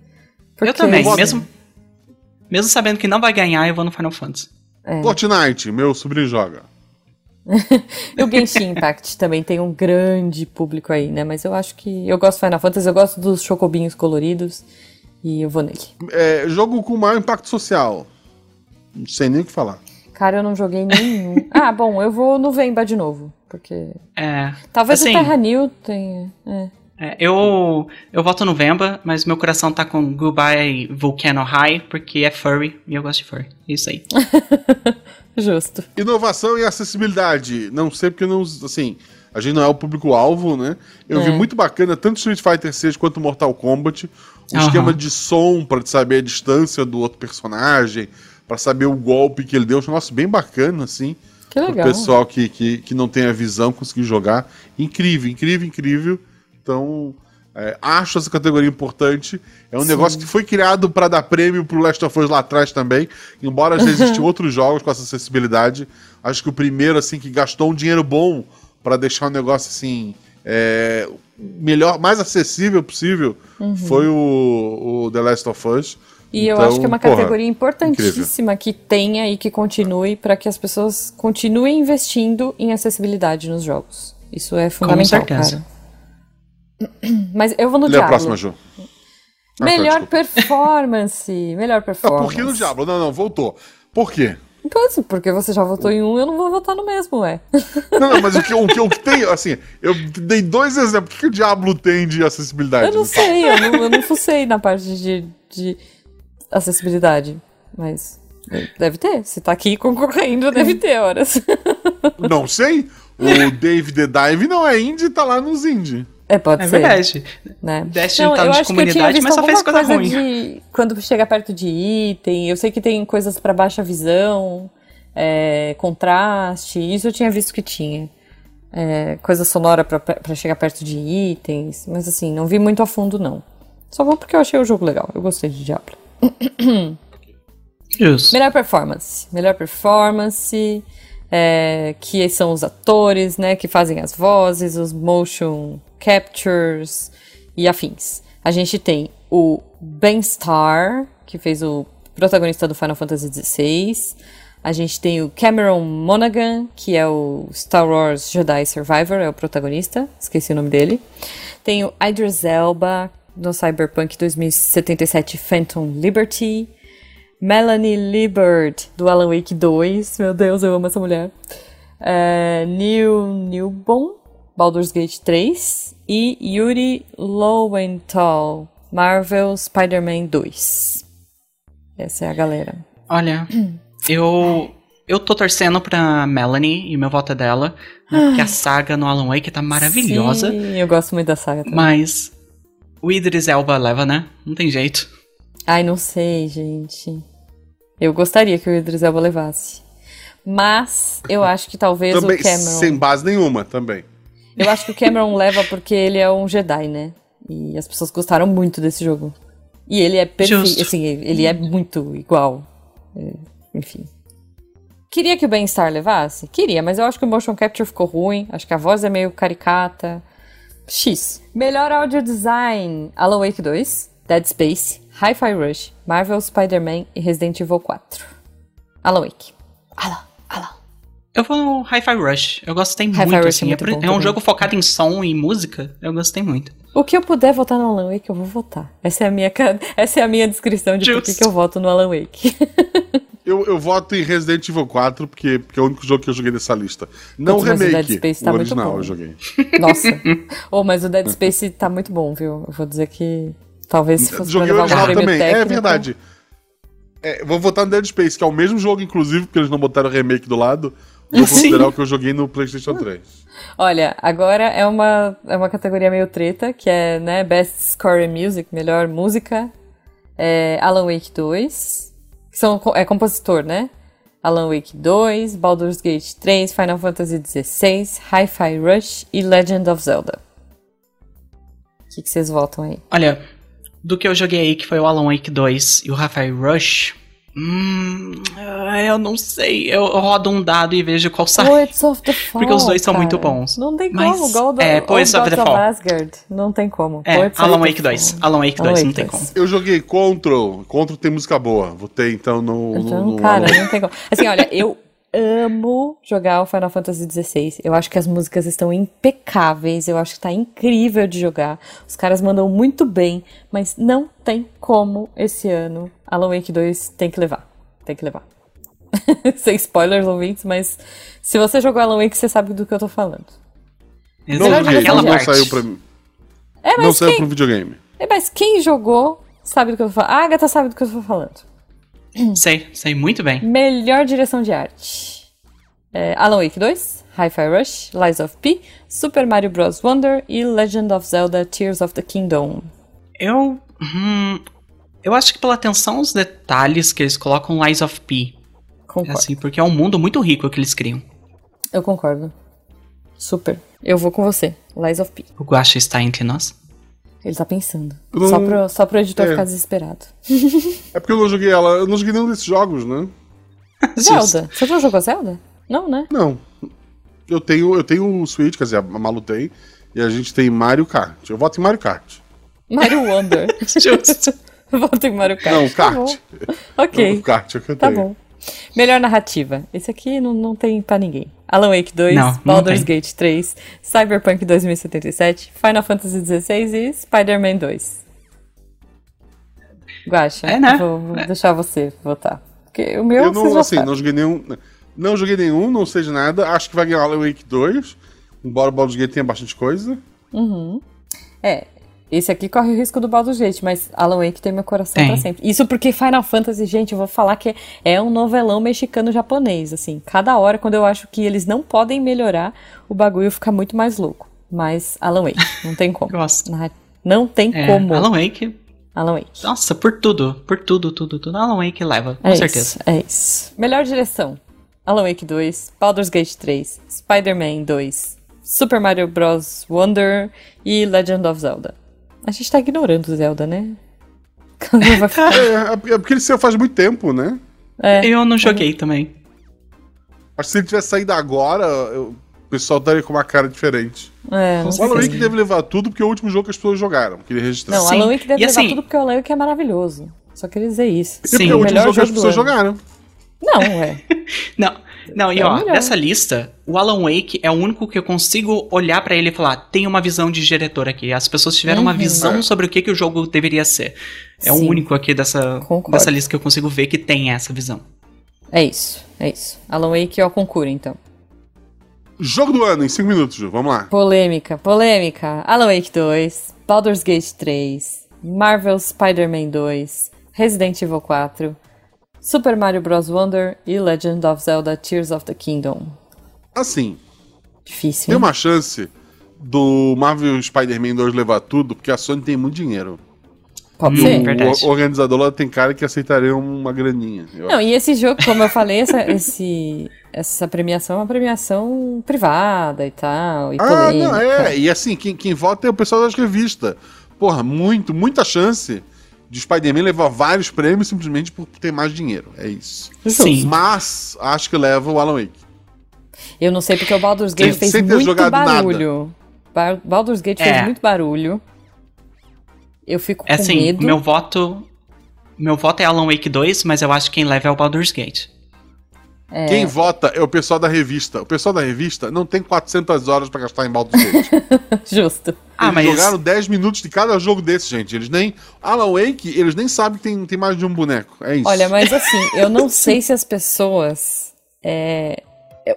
[SPEAKER 1] porque-
[SPEAKER 3] eu também,
[SPEAKER 2] Voto.
[SPEAKER 3] mesmo, mesmo sabendo que não vai ganhar, eu vou no Final Fantasy.
[SPEAKER 1] É.
[SPEAKER 2] Fortnite, meu sobrinho joga.
[SPEAKER 1] E o Genshin Impact (laughs) também tem um grande público aí, né? Mas eu acho que. Eu gosto do Final Fantasy, eu gosto dos chocobinhos coloridos. E eu vou nele.
[SPEAKER 2] É, jogo com maior impacto social. Não sei nem o que falar.
[SPEAKER 1] Cara, eu não joguei
[SPEAKER 3] (laughs)
[SPEAKER 1] nenhum. ah, bom, eu vou no Vemba de novo. Porque.
[SPEAKER 3] É,
[SPEAKER 1] Talvez
[SPEAKER 3] Assim.
[SPEAKER 1] o Terra New tenha.
[SPEAKER 3] (laughs)
[SPEAKER 1] É.
[SPEAKER 3] é, eu, eu voto no Vemba, mas meu coração tá com Goodbye Volcano High, porque é furry e eu gosto de furry. É Isso aí.
[SPEAKER 1] Justo.
[SPEAKER 2] Inovação e acessibilidade. Não sei porque não. Assim, a gente não é o público-alvo, né? Eu vi muito bacana tanto Street Fighter 6 quanto Mortal Kombat. Um
[SPEAKER 3] Aham.
[SPEAKER 2] esquema de som pra saber a distância do outro personagem, pra saber o golpe que ele deu. Nossa, bem bacana, assim.
[SPEAKER 1] Que
[SPEAKER 2] O
[SPEAKER 1] É legal.
[SPEAKER 2] pessoal que, que, que não tem a visão conseguir jogar. Incrível, incrível, incrível. Então, é, acho essa categoria importante. É um negócio que foi criado para dar prêmio pro Last of Us lá atrás também. Embora
[SPEAKER 1] (laughs)
[SPEAKER 2] já existam outros jogos com essa acessibilidade. Acho que o primeiro, assim, que gastou um dinheiro bom para deixar o negócio assim. é, melhor, mais acessível possível foi o, o The Last of Us.
[SPEAKER 1] Uhum. E eu
[SPEAKER 2] Então,
[SPEAKER 1] acho que é uma
[SPEAKER 2] porra,
[SPEAKER 1] categoria importantíssima que tenha e que continue para que as pessoas continuem investindo em acessibilidade nos jogos. Isso é fundamental,
[SPEAKER 3] certeza.
[SPEAKER 1] cara. Mas eu vou no
[SPEAKER 2] Lê a
[SPEAKER 1] Diablo.
[SPEAKER 2] próxima, Ju. Ah, tá,
[SPEAKER 1] Melhor
[SPEAKER 2] desculpa.
[SPEAKER 1] performance, melhor
[SPEAKER 2] Ah,
[SPEAKER 1] performance.
[SPEAKER 2] (laughs) por que no Diablo? Não, não, voltou. Por quê?
[SPEAKER 1] Então, assim, porque você já votou em um, eu não vou votar no mesmo, ué.
[SPEAKER 2] Não, não, mas o que, o que eu tenho, assim, eu dei dois exemplos. O que, que o Diablo tem de acessibilidade?
[SPEAKER 1] Eu não sei, eu não, eu não fucei na parte de, de acessibilidade, mas deve ter. Se tá aqui concorrendo, deve ter horas.
[SPEAKER 2] Não sei. O Dave the Dive não é indie, tá lá nos indie.
[SPEAKER 1] É, pode
[SPEAKER 3] É
[SPEAKER 1] ser.
[SPEAKER 3] verdade.
[SPEAKER 1] né?
[SPEAKER 3] Destiny tá de comunidade, mas só
[SPEAKER 1] alguma
[SPEAKER 3] fez coisa ruim.
[SPEAKER 1] de quando chega perto de item. Eu sei que tem coisas pra baixa visão, é, contraste. Isso eu tinha visto que tinha. É, coisa sonora pra- pra chegar perto de itens, mas assim, não vi muito a fundo não. Só vou porque eu achei o jogo legal. Eu gostei de Diablo.
[SPEAKER 3] Isso.
[SPEAKER 1] Melhor performance. Melhor performance. é, que são os atores, né? Que fazem as vozes, os motion captures e afins. A gente tem o Ben Starr, que fez o protagonista do Final Fantasy XVI. A gente tem o Cameron Monaghan, que é o Star Wars Jedi Survivor, é o protagonista. Esqueci o nome dele. Tem o Idris Elba, no Cyberpunk 2077 Phantom Liberty. Melanie Liebert, do Alan Wake 2. Meu Deus, eu amo essa mulher. É, Neil Newbon, Baldur's Gate 3. E Yuri Lowenthal, Marvel Spider-Man 2. Essa é a galera.
[SPEAKER 3] Olha, eu. Eu tô torcendo pra Melanie e meu voto é dela. né, Porque a saga no Alan Wake tá maravilhosa.
[SPEAKER 1] Sim, eu gosto muito da saga também.
[SPEAKER 3] Mas o Idris Elba leva, né? Não tem jeito.
[SPEAKER 1] Ai, não sei, gente. Eu gostaria que o Idris Elba levasse. Mas eu acho que é talvez
[SPEAKER 2] também
[SPEAKER 1] o Cameron...
[SPEAKER 2] sem base nenhuma, também.
[SPEAKER 1] Eu acho que o Cameron leva porque ele é um Jedi, né? E as pessoas gostaram muito desse jogo. E ele é perfeito,
[SPEAKER 3] Justo.
[SPEAKER 1] assim, ele é muito igual. É, Enfim. Queria que o Bem-Estar levasse? Queria, mas eu acho que o motion capture ficou ruim, acho que a voz é meio caricata. X. Melhor audio design: Alan Wake 2, Dead Space, Hi-Fi Rush, Marvel Spider-Man e Resident Evil 4. Alan Wake. Alan, Alan.
[SPEAKER 3] Eu vou no Hi-Fi Rush. Eu gostei
[SPEAKER 1] Hi-Fi
[SPEAKER 3] muito,
[SPEAKER 1] Rush é
[SPEAKER 3] assim. É,
[SPEAKER 1] muito
[SPEAKER 3] pre-
[SPEAKER 1] bom
[SPEAKER 3] é um
[SPEAKER 1] também.
[SPEAKER 3] jogo focado em som e música. Eu gostei muito.
[SPEAKER 1] O que eu puder votar no Alan Wake, eu vou votar. Essa é a minha, ca- essa é a minha descrição de por que
[SPEAKER 3] Justo.
[SPEAKER 1] que eu voto no Alan Wake.
[SPEAKER 2] Eu, eu voto em Resident Evil 4, porque, porque é o único jogo que eu joguei dessa lista. Não o
[SPEAKER 1] Putz, mas o
[SPEAKER 2] remake,
[SPEAKER 1] Dead Space tá
[SPEAKER 2] o
[SPEAKER 1] muito
[SPEAKER 2] original
[SPEAKER 1] bom.
[SPEAKER 2] eu joguei.
[SPEAKER 1] Nossa. oh, mas o Dead Space tá muito bom, viu? Eu vou dizer que talvez se fosse pra
[SPEAKER 2] Joguei o
[SPEAKER 1] levar um
[SPEAKER 2] original
[SPEAKER 1] prêmio
[SPEAKER 2] também,
[SPEAKER 1] técnico...
[SPEAKER 2] é verdade. É, vou votar no Dead Space, que é o mesmo jogo, inclusive, porque eles não botaram o remake do lado.
[SPEAKER 1] (laughs)
[SPEAKER 2] Vou
[SPEAKER 3] Sim.
[SPEAKER 2] considerar o que eu joguei no PlayStation 3.
[SPEAKER 1] Olha, agora é uma, é uma categoria meio treta, que é, né, Best Score in Music, melhor música, é Alan Wake 2, que são, co- é compositor, né? Alan Wake 2, Baldur's Gate 3, Final Fantasy XVI, Hi-Fi Rush e Legend of Zelda. O que que vocês votam aí?
[SPEAKER 3] Olha, do que eu joguei aí, que foi o Alan Wake 2 e o Rafael Rush. Hum, ah, eu não sei. Eu rodo um dado e vejo qual sai.
[SPEAKER 1] Poets of the Fall,
[SPEAKER 3] Porque os dois são
[SPEAKER 1] cara.
[SPEAKER 3] muito bons.
[SPEAKER 1] Não tem
[SPEAKER 3] Mas,
[SPEAKER 1] como, Gold,
[SPEAKER 3] é,
[SPEAKER 1] Old
[SPEAKER 3] Poets of
[SPEAKER 1] Gods
[SPEAKER 3] the Fall.
[SPEAKER 1] Asgard. Não tem como.
[SPEAKER 3] É,
[SPEAKER 1] Poets
[SPEAKER 3] Alan
[SPEAKER 1] of the
[SPEAKER 3] Wake 2.
[SPEAKER 1] Fall.
[SPEAKER 3] Alan Wake
[SPEAKER 1] Alan
[SPEAKER 3] 2, não
[SPEAKER 1] Wake
[SPEAKER 3] tem
[SPEAKER 1] 2.
[SPEAKER 3] como.
[SPEAKER 2] Eu joguei Control. Control tem música boa. Votei então no.
[SPEAKER 1] Então,
[SPEAKER 2] no, no
[SPEAKER 1] cara,
[SPEAKER 2] Alan.
[SPEAKER 1] não tem como. Assim, olha, eu amo jogar o Final Fantasy XVI. Eu acho que as músicas estão impecáveis. Eu acho que tá incrível de jogar. Os caras mandam muito bem. Mas não tem como esse ano. Alan Wake 2 tem que levar. Tem que levar. (laughs) Sem spoilers ouvintes, mas se você jogou Alan Wake, você sabe do que eu tô falando.
[SPEAKER 2] Não
[SPEAKER 1] Será que
[SPEAKER 2] joguei,
[SPEAKER 1] aquela
[SPEAKER 2] não
[SPEAKER 1] parte?
[SPEAKER 2] saiu pra mim.
[SPEAKER 1] É,
[SPEAKER 2] Não
[SPEAKER 1] mas,
[SPEAKER 2] saiu
[SPEAKER 1] quem,
[SPEAKER 2] pro videogame.
[SPEAKER 1] é, mas quem jogou sabe do que eu tô falando. A Agatha sabe do que eu tô falando.
[SPEAKER 3] Sei, sei muito bem.
[SPEAKER 1] Melhor direção de arte. É, Alan Wake 2, Hi-Fi Rush, Lies of P, Super Mario Bros. Wonder e Legend of Zelda Tears of the Kingdom.
[SPEAKER 3] Eu. hum, eu acho que pela atenção aos detalhes que eles colocam Lies of P. É
[SPEAKER 1] Concordo.
[SPEAKER 3] assim, porque é um mundo muito rico que eles criam.
[SPEAKER 1] Eu concordo. Super. Eu vou com você. Lies of P.
[SPEAKER 3] O Guacha está entre nós. (laughs)
[SPEAKER 1] Ele tá pensando.
[SPEAKER 2] Hum,
[SPEAKER 1] Só, pro, só pro editor
[SPEAKER 2] é.
[SPEAKER 1] ficar desesperado.
[SPEAKER 2] É porque eu não joguei ela. Eu não joguei nenhum desses jogos, né?
[SPEAKER 1] Zelda. Você já jogou Zelda? Não, né?
[SPEAKER 2] Não. Eu tenho, eu tenho o Switch, quer dizer, a Malu tem. E a gente tem Mario Kart. Eu voto em Mario Kart.
[SPEAKER 1] Mario
[SPEAKER 2] (laughs)
[SPEAKER 1] Wonder.
[SPEAKER 3] Justo.
[SPEAKER 1] (laughs) Volta em Mario Kart.
[SPEAKER 2] Não,
[SPEAKER 1] Tá
[SPEAKER 2] kart. (laughs)
[SPEAKER 1] bom.
[SPEAKER 2] O
[SPEAKER 1] Ok.
[SPEAKER 2] kart é o que eu
[SPEAKER 1] Tá
[SPEAKER 2] tenho.
[SPEAKER 1] bom. Melhor narrativa. Esse aqui não, não tem pra ninguém. Alan Wake 2,
[SPEAKER 3] Não, não
[SPEAKER 1] Baldur's
[SPEAKER 3] tem.
[SPEAKER 1] Gate 3, Cyberpunk 2077, Final Fantasy XVI e Spider-Man 2. Guaxa,
[SPEAKER 3] É, né?
[SPEAKER 1] vou, vou deixar você votar. Porque o meu
[SPEAKER 2] Eu,
[SPEAKER 1] vocês
[SPEAKER 2] não,
[SPEAKER 1] já
[SPEAKER 2] assim,
[SPEAKER 1] sabem.
[SPEAKER 2] não joguei nenhum. Não joguei nenhum, não sei de nada. Acho que vai ganhar Alan Wake 2. Embora o Baldur's Gate tenha bastante coisa.
[SPEAKER 1] É, esse aqui corre o risco do Baldur's Gate, mas Alan Wake tem meu coração
[SPEAKER 3] Tem.
[SPEAKER 1] pra sempre. Isso porque Final Fantasy, gente, eu vou falar que é um novelão mexicano-japonês, assim. Cada hora, quando eu acho que eles não podem melhorar, o bagulho fica muito mais louco. Mas Alan Wake, não tem como.
[SPEAKER 3] (laughs) Gosto.
[SPEAKER 1] Na- Não tem
[SPEAKER 3] É,
[SPEAKER 1] como.
[SPEAKER 3] Alan Wake.
[SPEAKER 1] Alan Wake.
[SPEAKER 3] Nossa, por tudo. Por tudo, tudo, tudo. Alan Wake leva, com
[SPEAKER 1] é Isso,
[SPEAKER 3] certeza.
[SPEAKER 1] é isso. Melhor direção: Alan Wake 2, Baldur's Gate 3, Spider-Man 2, Super Mario Bros. Wonder e Legend of Zelda. A gente tá ignorando Zelda, né? (laughs) Quando vai ficar-
[SPEAKER 2] É, é porque- é porque ele saiu faz muito tempo, né? (laughs)
[SPEAKER 1] É.
[SPEAKER 3] Eu não joguei também.
[SPEAKER 2] Acho que se ele tivesse saído agora, eu- o pessoal daria com uma cara diferente.
[SPEAKER 1] É, não
[SPEAKER 2] O Alan
[SPEAKER 1] sei.
[SPEAKER 2] Wake deve levar tudo, porque é o último jogo que as pessoas jogaram. Que ele registrou.
[SPEAKER 1] Não,
[SPEAKER 3] Sim.
[SPEAKER 1] Alan Wake deve
[SPEAKER 3] E
[SPEAKER 1] levar
[SPEAKER 3] assim-
[SPEAKER 1] tudo porque o Alan Wake é maravilhoso. Só queria dizer isso.
[SPEAKER 2] E porque
[SPEAKER 3] Sim.
[SPEAKER 2] é o último
[SPEAKER 1] melhor
[SPEAKER 2] jogo que as
[SPEAKER 1] jogo do
[SPEAKER 2] pessoas
[SPEAKER 1] ano.
[SPEAKER 2] jogaram.
[SPEAKER 1] Não, é.
[SPEAKER 3] Não, não, e
[SPEAKER 1] É o
[SPEAKER 3] ó,
[SPEAKER 1] melhor.
[SPEAKER 3] dessa lista, o Alan Wake é o único que eu consigo olhar pra ele e falar, tem uma visão de diretor aqui. As pessoas tiveram uma
[SPEAKER 1] Uhum.
[SPEAKER 3] visão
[SPEAKER 2] É.
[SPEAKER 3] sobre o que, que o jogo deveria ser. É
[SPEAKER 1] Sim.
[SPEAKER 3] o único aqui dessa,
[SPEAKER 1] Concordo.
[SPEAKER 3] dessa lista que eu consigo ver que tem essa visão.
[SPEAKER 1] É isso, é isso. Alan Wake é o concura, então.
[SPEAKER 2] Jogo do ano, em 5 minutos, Ju. Vamos lá.
[SPEAKER 1] Polêmica, polêmica. Alan Wake 2, Baldur's Gate 3, Marvel Spider-Man 2, Resident Evil 4, Super Mario Bros. Wonder e Legend of Zelda Tears of the Kingdom.
[SPEAKER 2] Assim,
[SPEAKER 1] Difícil,
[SPEAKER 2] tem
[SPEAKER 1] hein?
[SPEAKER 2] uma chance do Marvel Spider-Man 2 levar tudo, porque a Sony tem muito dinheiro.
[SPEAKER 1] Pode
[SPEAKER 2] E
[SPEAKER 1] ser?
[SPEAKER 3] Hum. verdade.
[SPEAKER 2] o organizador lá tem cara que aceitaria uma graninha. Eu
[SPEAKER 1] Não, e esse jogo, como eu falei, essa, esse- essa premiação é uma premiação privada e tal, e
[SPEAKER 2] Ah,
[SPEAKER 1] polêmica.
[SPEAKER 2] não, é. E assim, quem, quem vota é o pessoal das revistas. Porra, muito, muita chance de Spider-Man levar vários prêmios simplesmente por ter mais dinheiro. É isso.
[SPEAKER 3] Sim.
[SPEAKER 2] Mas acho que leva o Alan Wake.
[SPEAKER 1] Eu não sei porque o Baldur's Gate
[SPEAKER 2] Sem-
[SPEAKER 1] fez
[SPEAKER 2] sem ter
[SPEAKER 1] muito
[SPEAKER 2] jogado nada.
[SPEAKER 1] barulho. Bar- Baldur's Gate fez
[SPEAKER 3] É.
[SPEAKER 1] muito barulho. Eu fico
[SPEAKER 3] É
[SPEAKER 1] com
[SPEAKER 3] assim,
[SPEAKER 1] medo.
[SPEAKER 3] meu voto. Meu voto é Alan Wake 2, mas eu acho que quem leva é o Baldur's Gate.
[SPEAKER 2] Quem vota é o pessoal da revista. O pessoal da revista não tem 400 horas pra gastar em Baldur's Gate. Eles
[SPEAKER 1] (laughs) Justo.
[SPEAKER 3] Ah, mas.
[SPEAKER 2] jogaram 10 minutos de cada jogo desse, gente. Eles nem... Alan Wake, eles nem sabem que tem, tem mais de um boneco. É isso.
[SPEAKER 1] Olha, mas assim, eu não sei se as pessoas. é,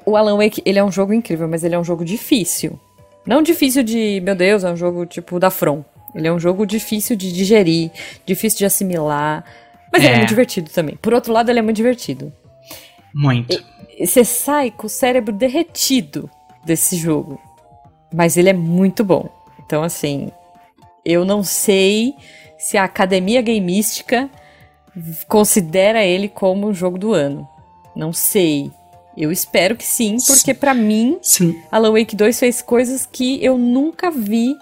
[SPEAKER 1] O Alan Wake, ele é um jogo incrível, mas ele é um jogo difícil. Não difícil de, meu Deus, é um jogo tipo da From. Ele é um jogo difícil de digerir, difícil de assimilar. Mas ele é
[SPEAKER 3] É.
[SPEAKER 1] muito divertido também. Por outro lado, ele é muito divertido.
[SPEAKER 3] Muito.
[SPEAKER 1] Você sai com o cérebro derretido desse jogo. Mas ele é muito bom. Então, assim, eu não sei se a Academia Gameística considera ele como o jogo do ano. Não sei. Eu espero que sim, porque pra mim,
[SPEAKER 3] Se-
[SPEAKER 1] Alan Wake 2 fez coisas que eu nunca vi,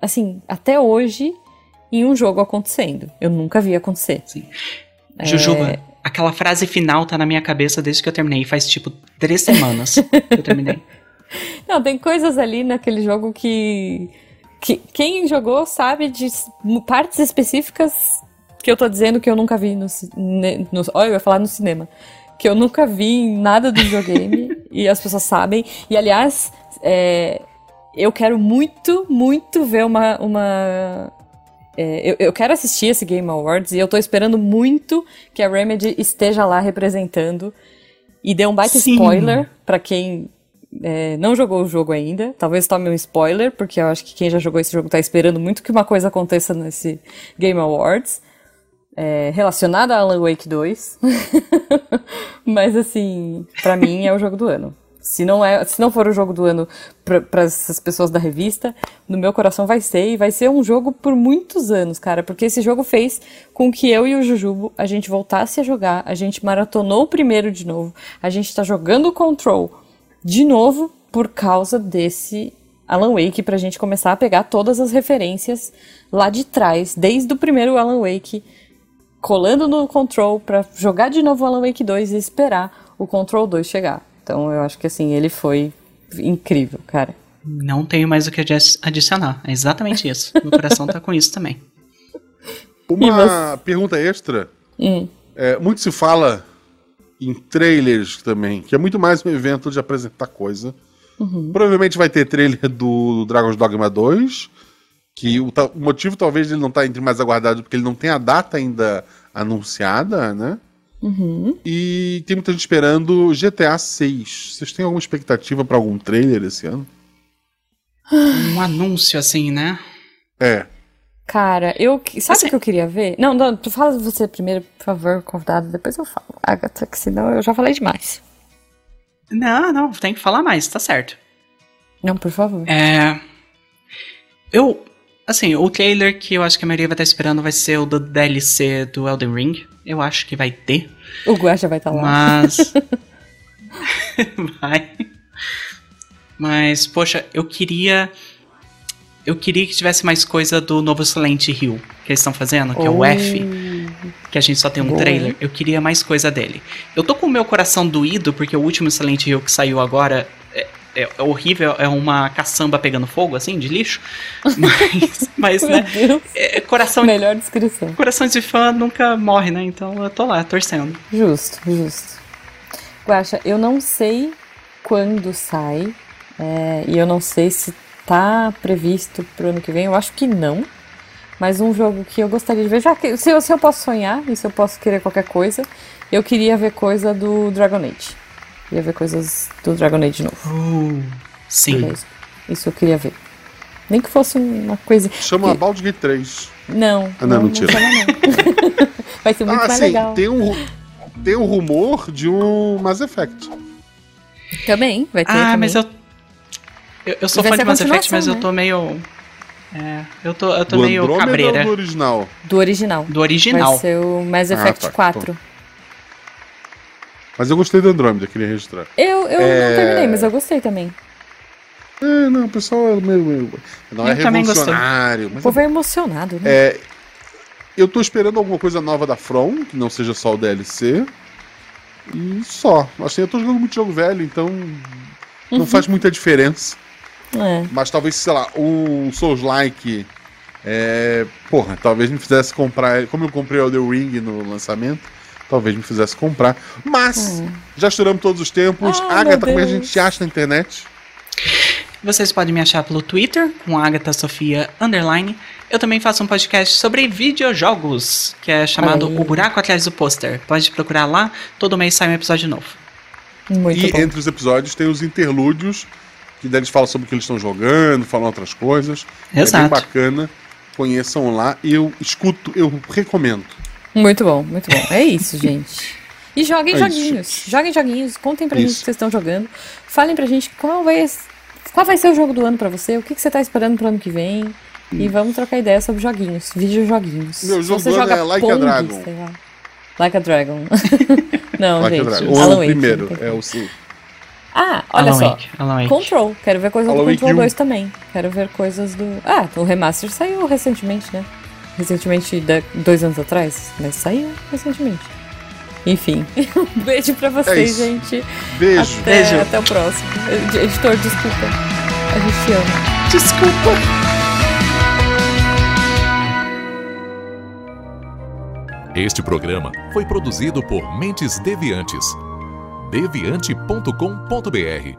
[SPEAKER 1] assim, até hoje, em um jogo acontecendo. Eu nunca vi acontecer.
[SPEAKER 3] Sim. Jujuba,
[SPEAKER 1] É.
[SPEAKER 3] aquela frase final tá na minha cabeça desde que eu terminei. Faz tipo três semanas que eu terminei.
[SPEAKER 1] Não, tem coisas ali naquele jogo que, que quem jogou sabe de partes específicas que eu tô dizendo que eu nunca vi no, no olha, eu ia falar no cinema, que eu nunca vi em nada do videogame (laughs) e as pessoas sabem. E aliás, é, eu quero muito, muito ver uma, uma é, eu, eu, quero assistir esse Game Awards e eu tô esperando muito que a Remedy esteja lá representando. E dê um baita Sim. spoiler para quem é, não jogou o jogo ainda. Talvez tome um spoiler, porque eu acho que quem já jogou esse jogo tá esperando muito que uma coisa aconteça nesse Game Awards. É, relacionada a Alan Wake 2. (laughs) Mas assim, para mim é o jogo do ano. Se não, é, se não for o jogo do ano para essas pessoas da revista, no meu coração vai ser, e vai ser um jogo por muitos anos, cara, porque esse jogo fez com que eu e o Jujubo a gente voltasse a jogar, a gente maratonou o primeiro de novo, a gente tá jogando o Control de novo por causa desse Alan Wake, pra gente começar a pegar todas as referências lá de trás, desde o primeiro Alan Wake, colando no Control pra jogar de novo o Alan Wake 2 e esperar o Control 2 chegar. Então eu acho que assim, ele foi incrível, cara.
[SPEAKER 3] Não tenho mais o que adicionar. É exatamente isso. Meu coração tá com isso também.
[SPEAKER 2] Uma pergunta extra.
[SPEAKER 1] Hum.
[SPEAKER 2] É, muito se fala em trailers também, que é muito mais um evento de apresentar coisa.
[SPEAKER 1] Uhum.
[SPEAKER 2] Provavelmente vai ter trailer do Dragon's Dogma 2, que o, o motivo talvez ele não tá entre mais aguardado, porque ele não tem a data ainda anunciada, né?
[SPEAKER 1] Uhum.
[SPEAKER 2] E tem muita gente esperando GTA 6. Vocês têm alguma expectativa para algum trailer esse ano?
[SPEAKER 3] Um anúncio assim, né?
[SPEAKER 2] É.
[SPEAKER 1] Cara, eu. Sabe o você... que eu queria ver? Não, não, fala você primeiro, por favor, convidado, depois eu falo. Agatha, que senão eu já falei demais.
[SPEAKER 3] Não, não, tem que falar mais, tá certo.
[SPEAKER 1] Não, por favor.
[SPEAKER 3] É. Eu. Assim, o trailer que eu acho que a maioria vai estar esperando vai ser o do DLC do Elden Ring. Eu acho que vai ter.
[SPEAKER 1] O Guacha vai estar tá lá.
[SPEAKER 3] Mas. vai. Mas, poxa, eu queria. Eu queria que tivesse mais coisa do novo Silent Hill que eles estão fazendo, que oh. é o F. Que a gente só tem um oh. trailer. Eu queria mais coisa dele. Eu tô com o meu coração doído, porque o último Silent Hill que saiu agora é, é, horrível, é uma caçamba pegando fogo, assim, de
[SPEAKER 1] (laughs)
[SPEAKER 3] lixo. Mas, mas
[SPEAKER 1] Meu
[SPEAKER 3] né?
[SPEAKER 1] Deus.
[SPEAKER 3] É, coração
[SPEAKER 1] Melhor descrição.
[SPEAKER 3] Coração de fã nunca morre, né? Então eu tô lá, torcendo.
[SPEAKER 1] Justo, justo. Guaxa, eu não sei quando sai, é, e eu não sei se tá previsto pro ano que vem, eu acho que não. Mas um jogo que eu gostaria de ver, já que se eu, se eu posso sonhar e se eu posso querer qualquer coisa, eu queria ver coisa do Dragon Age queria ver coisas do Dragon Age de novo. Oh. É
[SPEAKER 3] Uh, sim.
[SPEAKER 1] Isso. isso eu queria ver. Nem que fosse uma coisa.
[SPEAKER 2] Chama que... Baldur's Gate 3.
[SPEAKER 1] Não.
[SPEAKER 2] Ah, não, não mentira.
[SPEAKER 1] Não não. (laughs) Vai ser muito ah, mais assim, legal.
[SPEAKER 2] Tem um, tem um rumor de um Mass Effect.
[SPEAKER 1] Também, vai ter. Ah, também. é
[SPEAKER 3] mas eu. Eu, eu sou fã de Mass Effect, mas né? eu tô meio. É, eu tô, eu tô
[SPEAKER 2] do
[SPEAKER 3] meio
[SPEAKER 2] Andrômeda
[SPEAKER 3] cabreira.
[SPEAKER 2] do original?
[SPEAKER 1] Do original.
[SPEAKER 3] Do original.
[SPEAKER 1] Vai ser o Mass Effect ah, tá, 4. Então.
[SPEAKER 2] Mas eu gostei do Andrômeda, queria registrar.
[SPEAKER 1] Eu, eu é... não terminei, mas eu gostei também.
[SPEAKER 2] É, não, o pessoal é meio. meio não eu é revolucionário.
[SPEAKER 1] O povo é, emocionado, né?
[SPEAKER 2] É, eu tô esperando alguma coisa nova da From, que não seja só o DLC. E só. Assim, eu tô jogando muito jogo velho, então. Não
[SPEAKER 1] Uhum.
[SPEAKER 2] faz muita diferença.
[SPEAKER 1] É.
[SPEAKER 2] Mas talvez, sei lá, o Souls Like. É, porra, talvez me fizesse comprar. Como eu comprei o The Ring no lançamento talvez me fizesse comprar. Mas, hum.
[SPEAKER 1] É.
[SPEAKER 2] já choramos todos os tempos.
[SPEAKER 1] Ai,
[SPEAKER 2] Agatha, como é que a
[SPEAKER 1] Ah, Deus.
[SPEAKER 2] gente te acha na internet?
[SPEAKER 3] Vocês podem me achar pelo Twitter, com Agatha Sofia Underline. Eu também faço um podcast sobre videojogos, que é chamado
[SPEAKER 1] Aí.
[SPEAKER 3] O Buraco Atrás do Pôster. Pode procurar lá, todo mês sai um episódio novo.
[SPEAKER 1] Muito
[SPEAKER 2] e
[SPEAKER 1] bom.
[SPEAKER 2] entre os episódios tem os interlúdios, que daí eles falam sobre o que eles estão jogando, falam outras coisas. É bem
[SPEAKER 3] Exato.
[SPEAKER 2] bacana. Conheçam lá. Eu escuto, eu recomendo.
[SPEAKER 1] Muito bom, muito bom. É isso, gente. E joguem
[SPEAKER 2] É isso.
[SPEAKER 1] joguinhos. Joguem joguinhos. Contem pra gente o
[SPEAKER 2] Isso.
[SPEAKER 1] que vocês estão jogando. Falem pra gente qual vai, qual vai ser o jogo do ano pra você. O que, que você tá esperando pro ano que vem. E vamos trocar ideia sobre joguinhos. Videojoguinhos.
[SPEAKER 2] Meu
[SPEAKER 1] Se
[SPEAKER 2] jogo
[SPEAKER 1] você
[SPEAKER 2] do ano
[SPEAKER 1] joga
[SPEAKER 2] é Like a
[SPEAKER 1] Pong,
[SPEAKER 2] Dragon.
[SPEAKER 1] sei lá. Like a Dragon. (laughs) Não,
[SPEAKER 2] Lá que eu
[SPEAKER 1] gente.
[SPEAKER 2] trago.
[SPEAKER 1] Alan
[SPEAKER 2] Ou o
[SPEAKER 1] Wake,
[SPEAKER 2] primeiro.
[SPEAKER 1] não tem
[SPEAKER 2] É
[SPEAKER 1] como.
[SPEAKER 2] o sim.
[SPEAKER 1] Ah, olha
[SPEAKER 3] Alan
[SPEAKER 1] só.
[SPEAKER 3] Wake, Alan Wake.
[SPEAKER 1] Control. Quero ver coisas
[SPEAKER 2] Alan
[SPEAKER 1] do
[SPEAKER 2] Wake
[SPEAKER 1] Control 2
[SPEAKER 2] um.
[SPEAKER 1] também. Quero ver coisas do. Ah, o remaster saiu recentemente, né? recentemente, da- dois anos atrás, mas saiu recentemente. Enfim, (laughs) um beijo pra vocês,
[SPEAKER 2] É isso.
[SPEAKER 1] gente.
[SPEAKER 2] Beijo.
[SPEAKER 1] Até,
[SPEAKER 3] Beijo.
[SPEAKER 1] até o próximo. Ed- Editor, desculpa. A gente te ama.
[SPEAKER 3] Desculpa.
[SPEAKER 4] Este programa foi produzido por Mentes Deviantes. deviante.com.br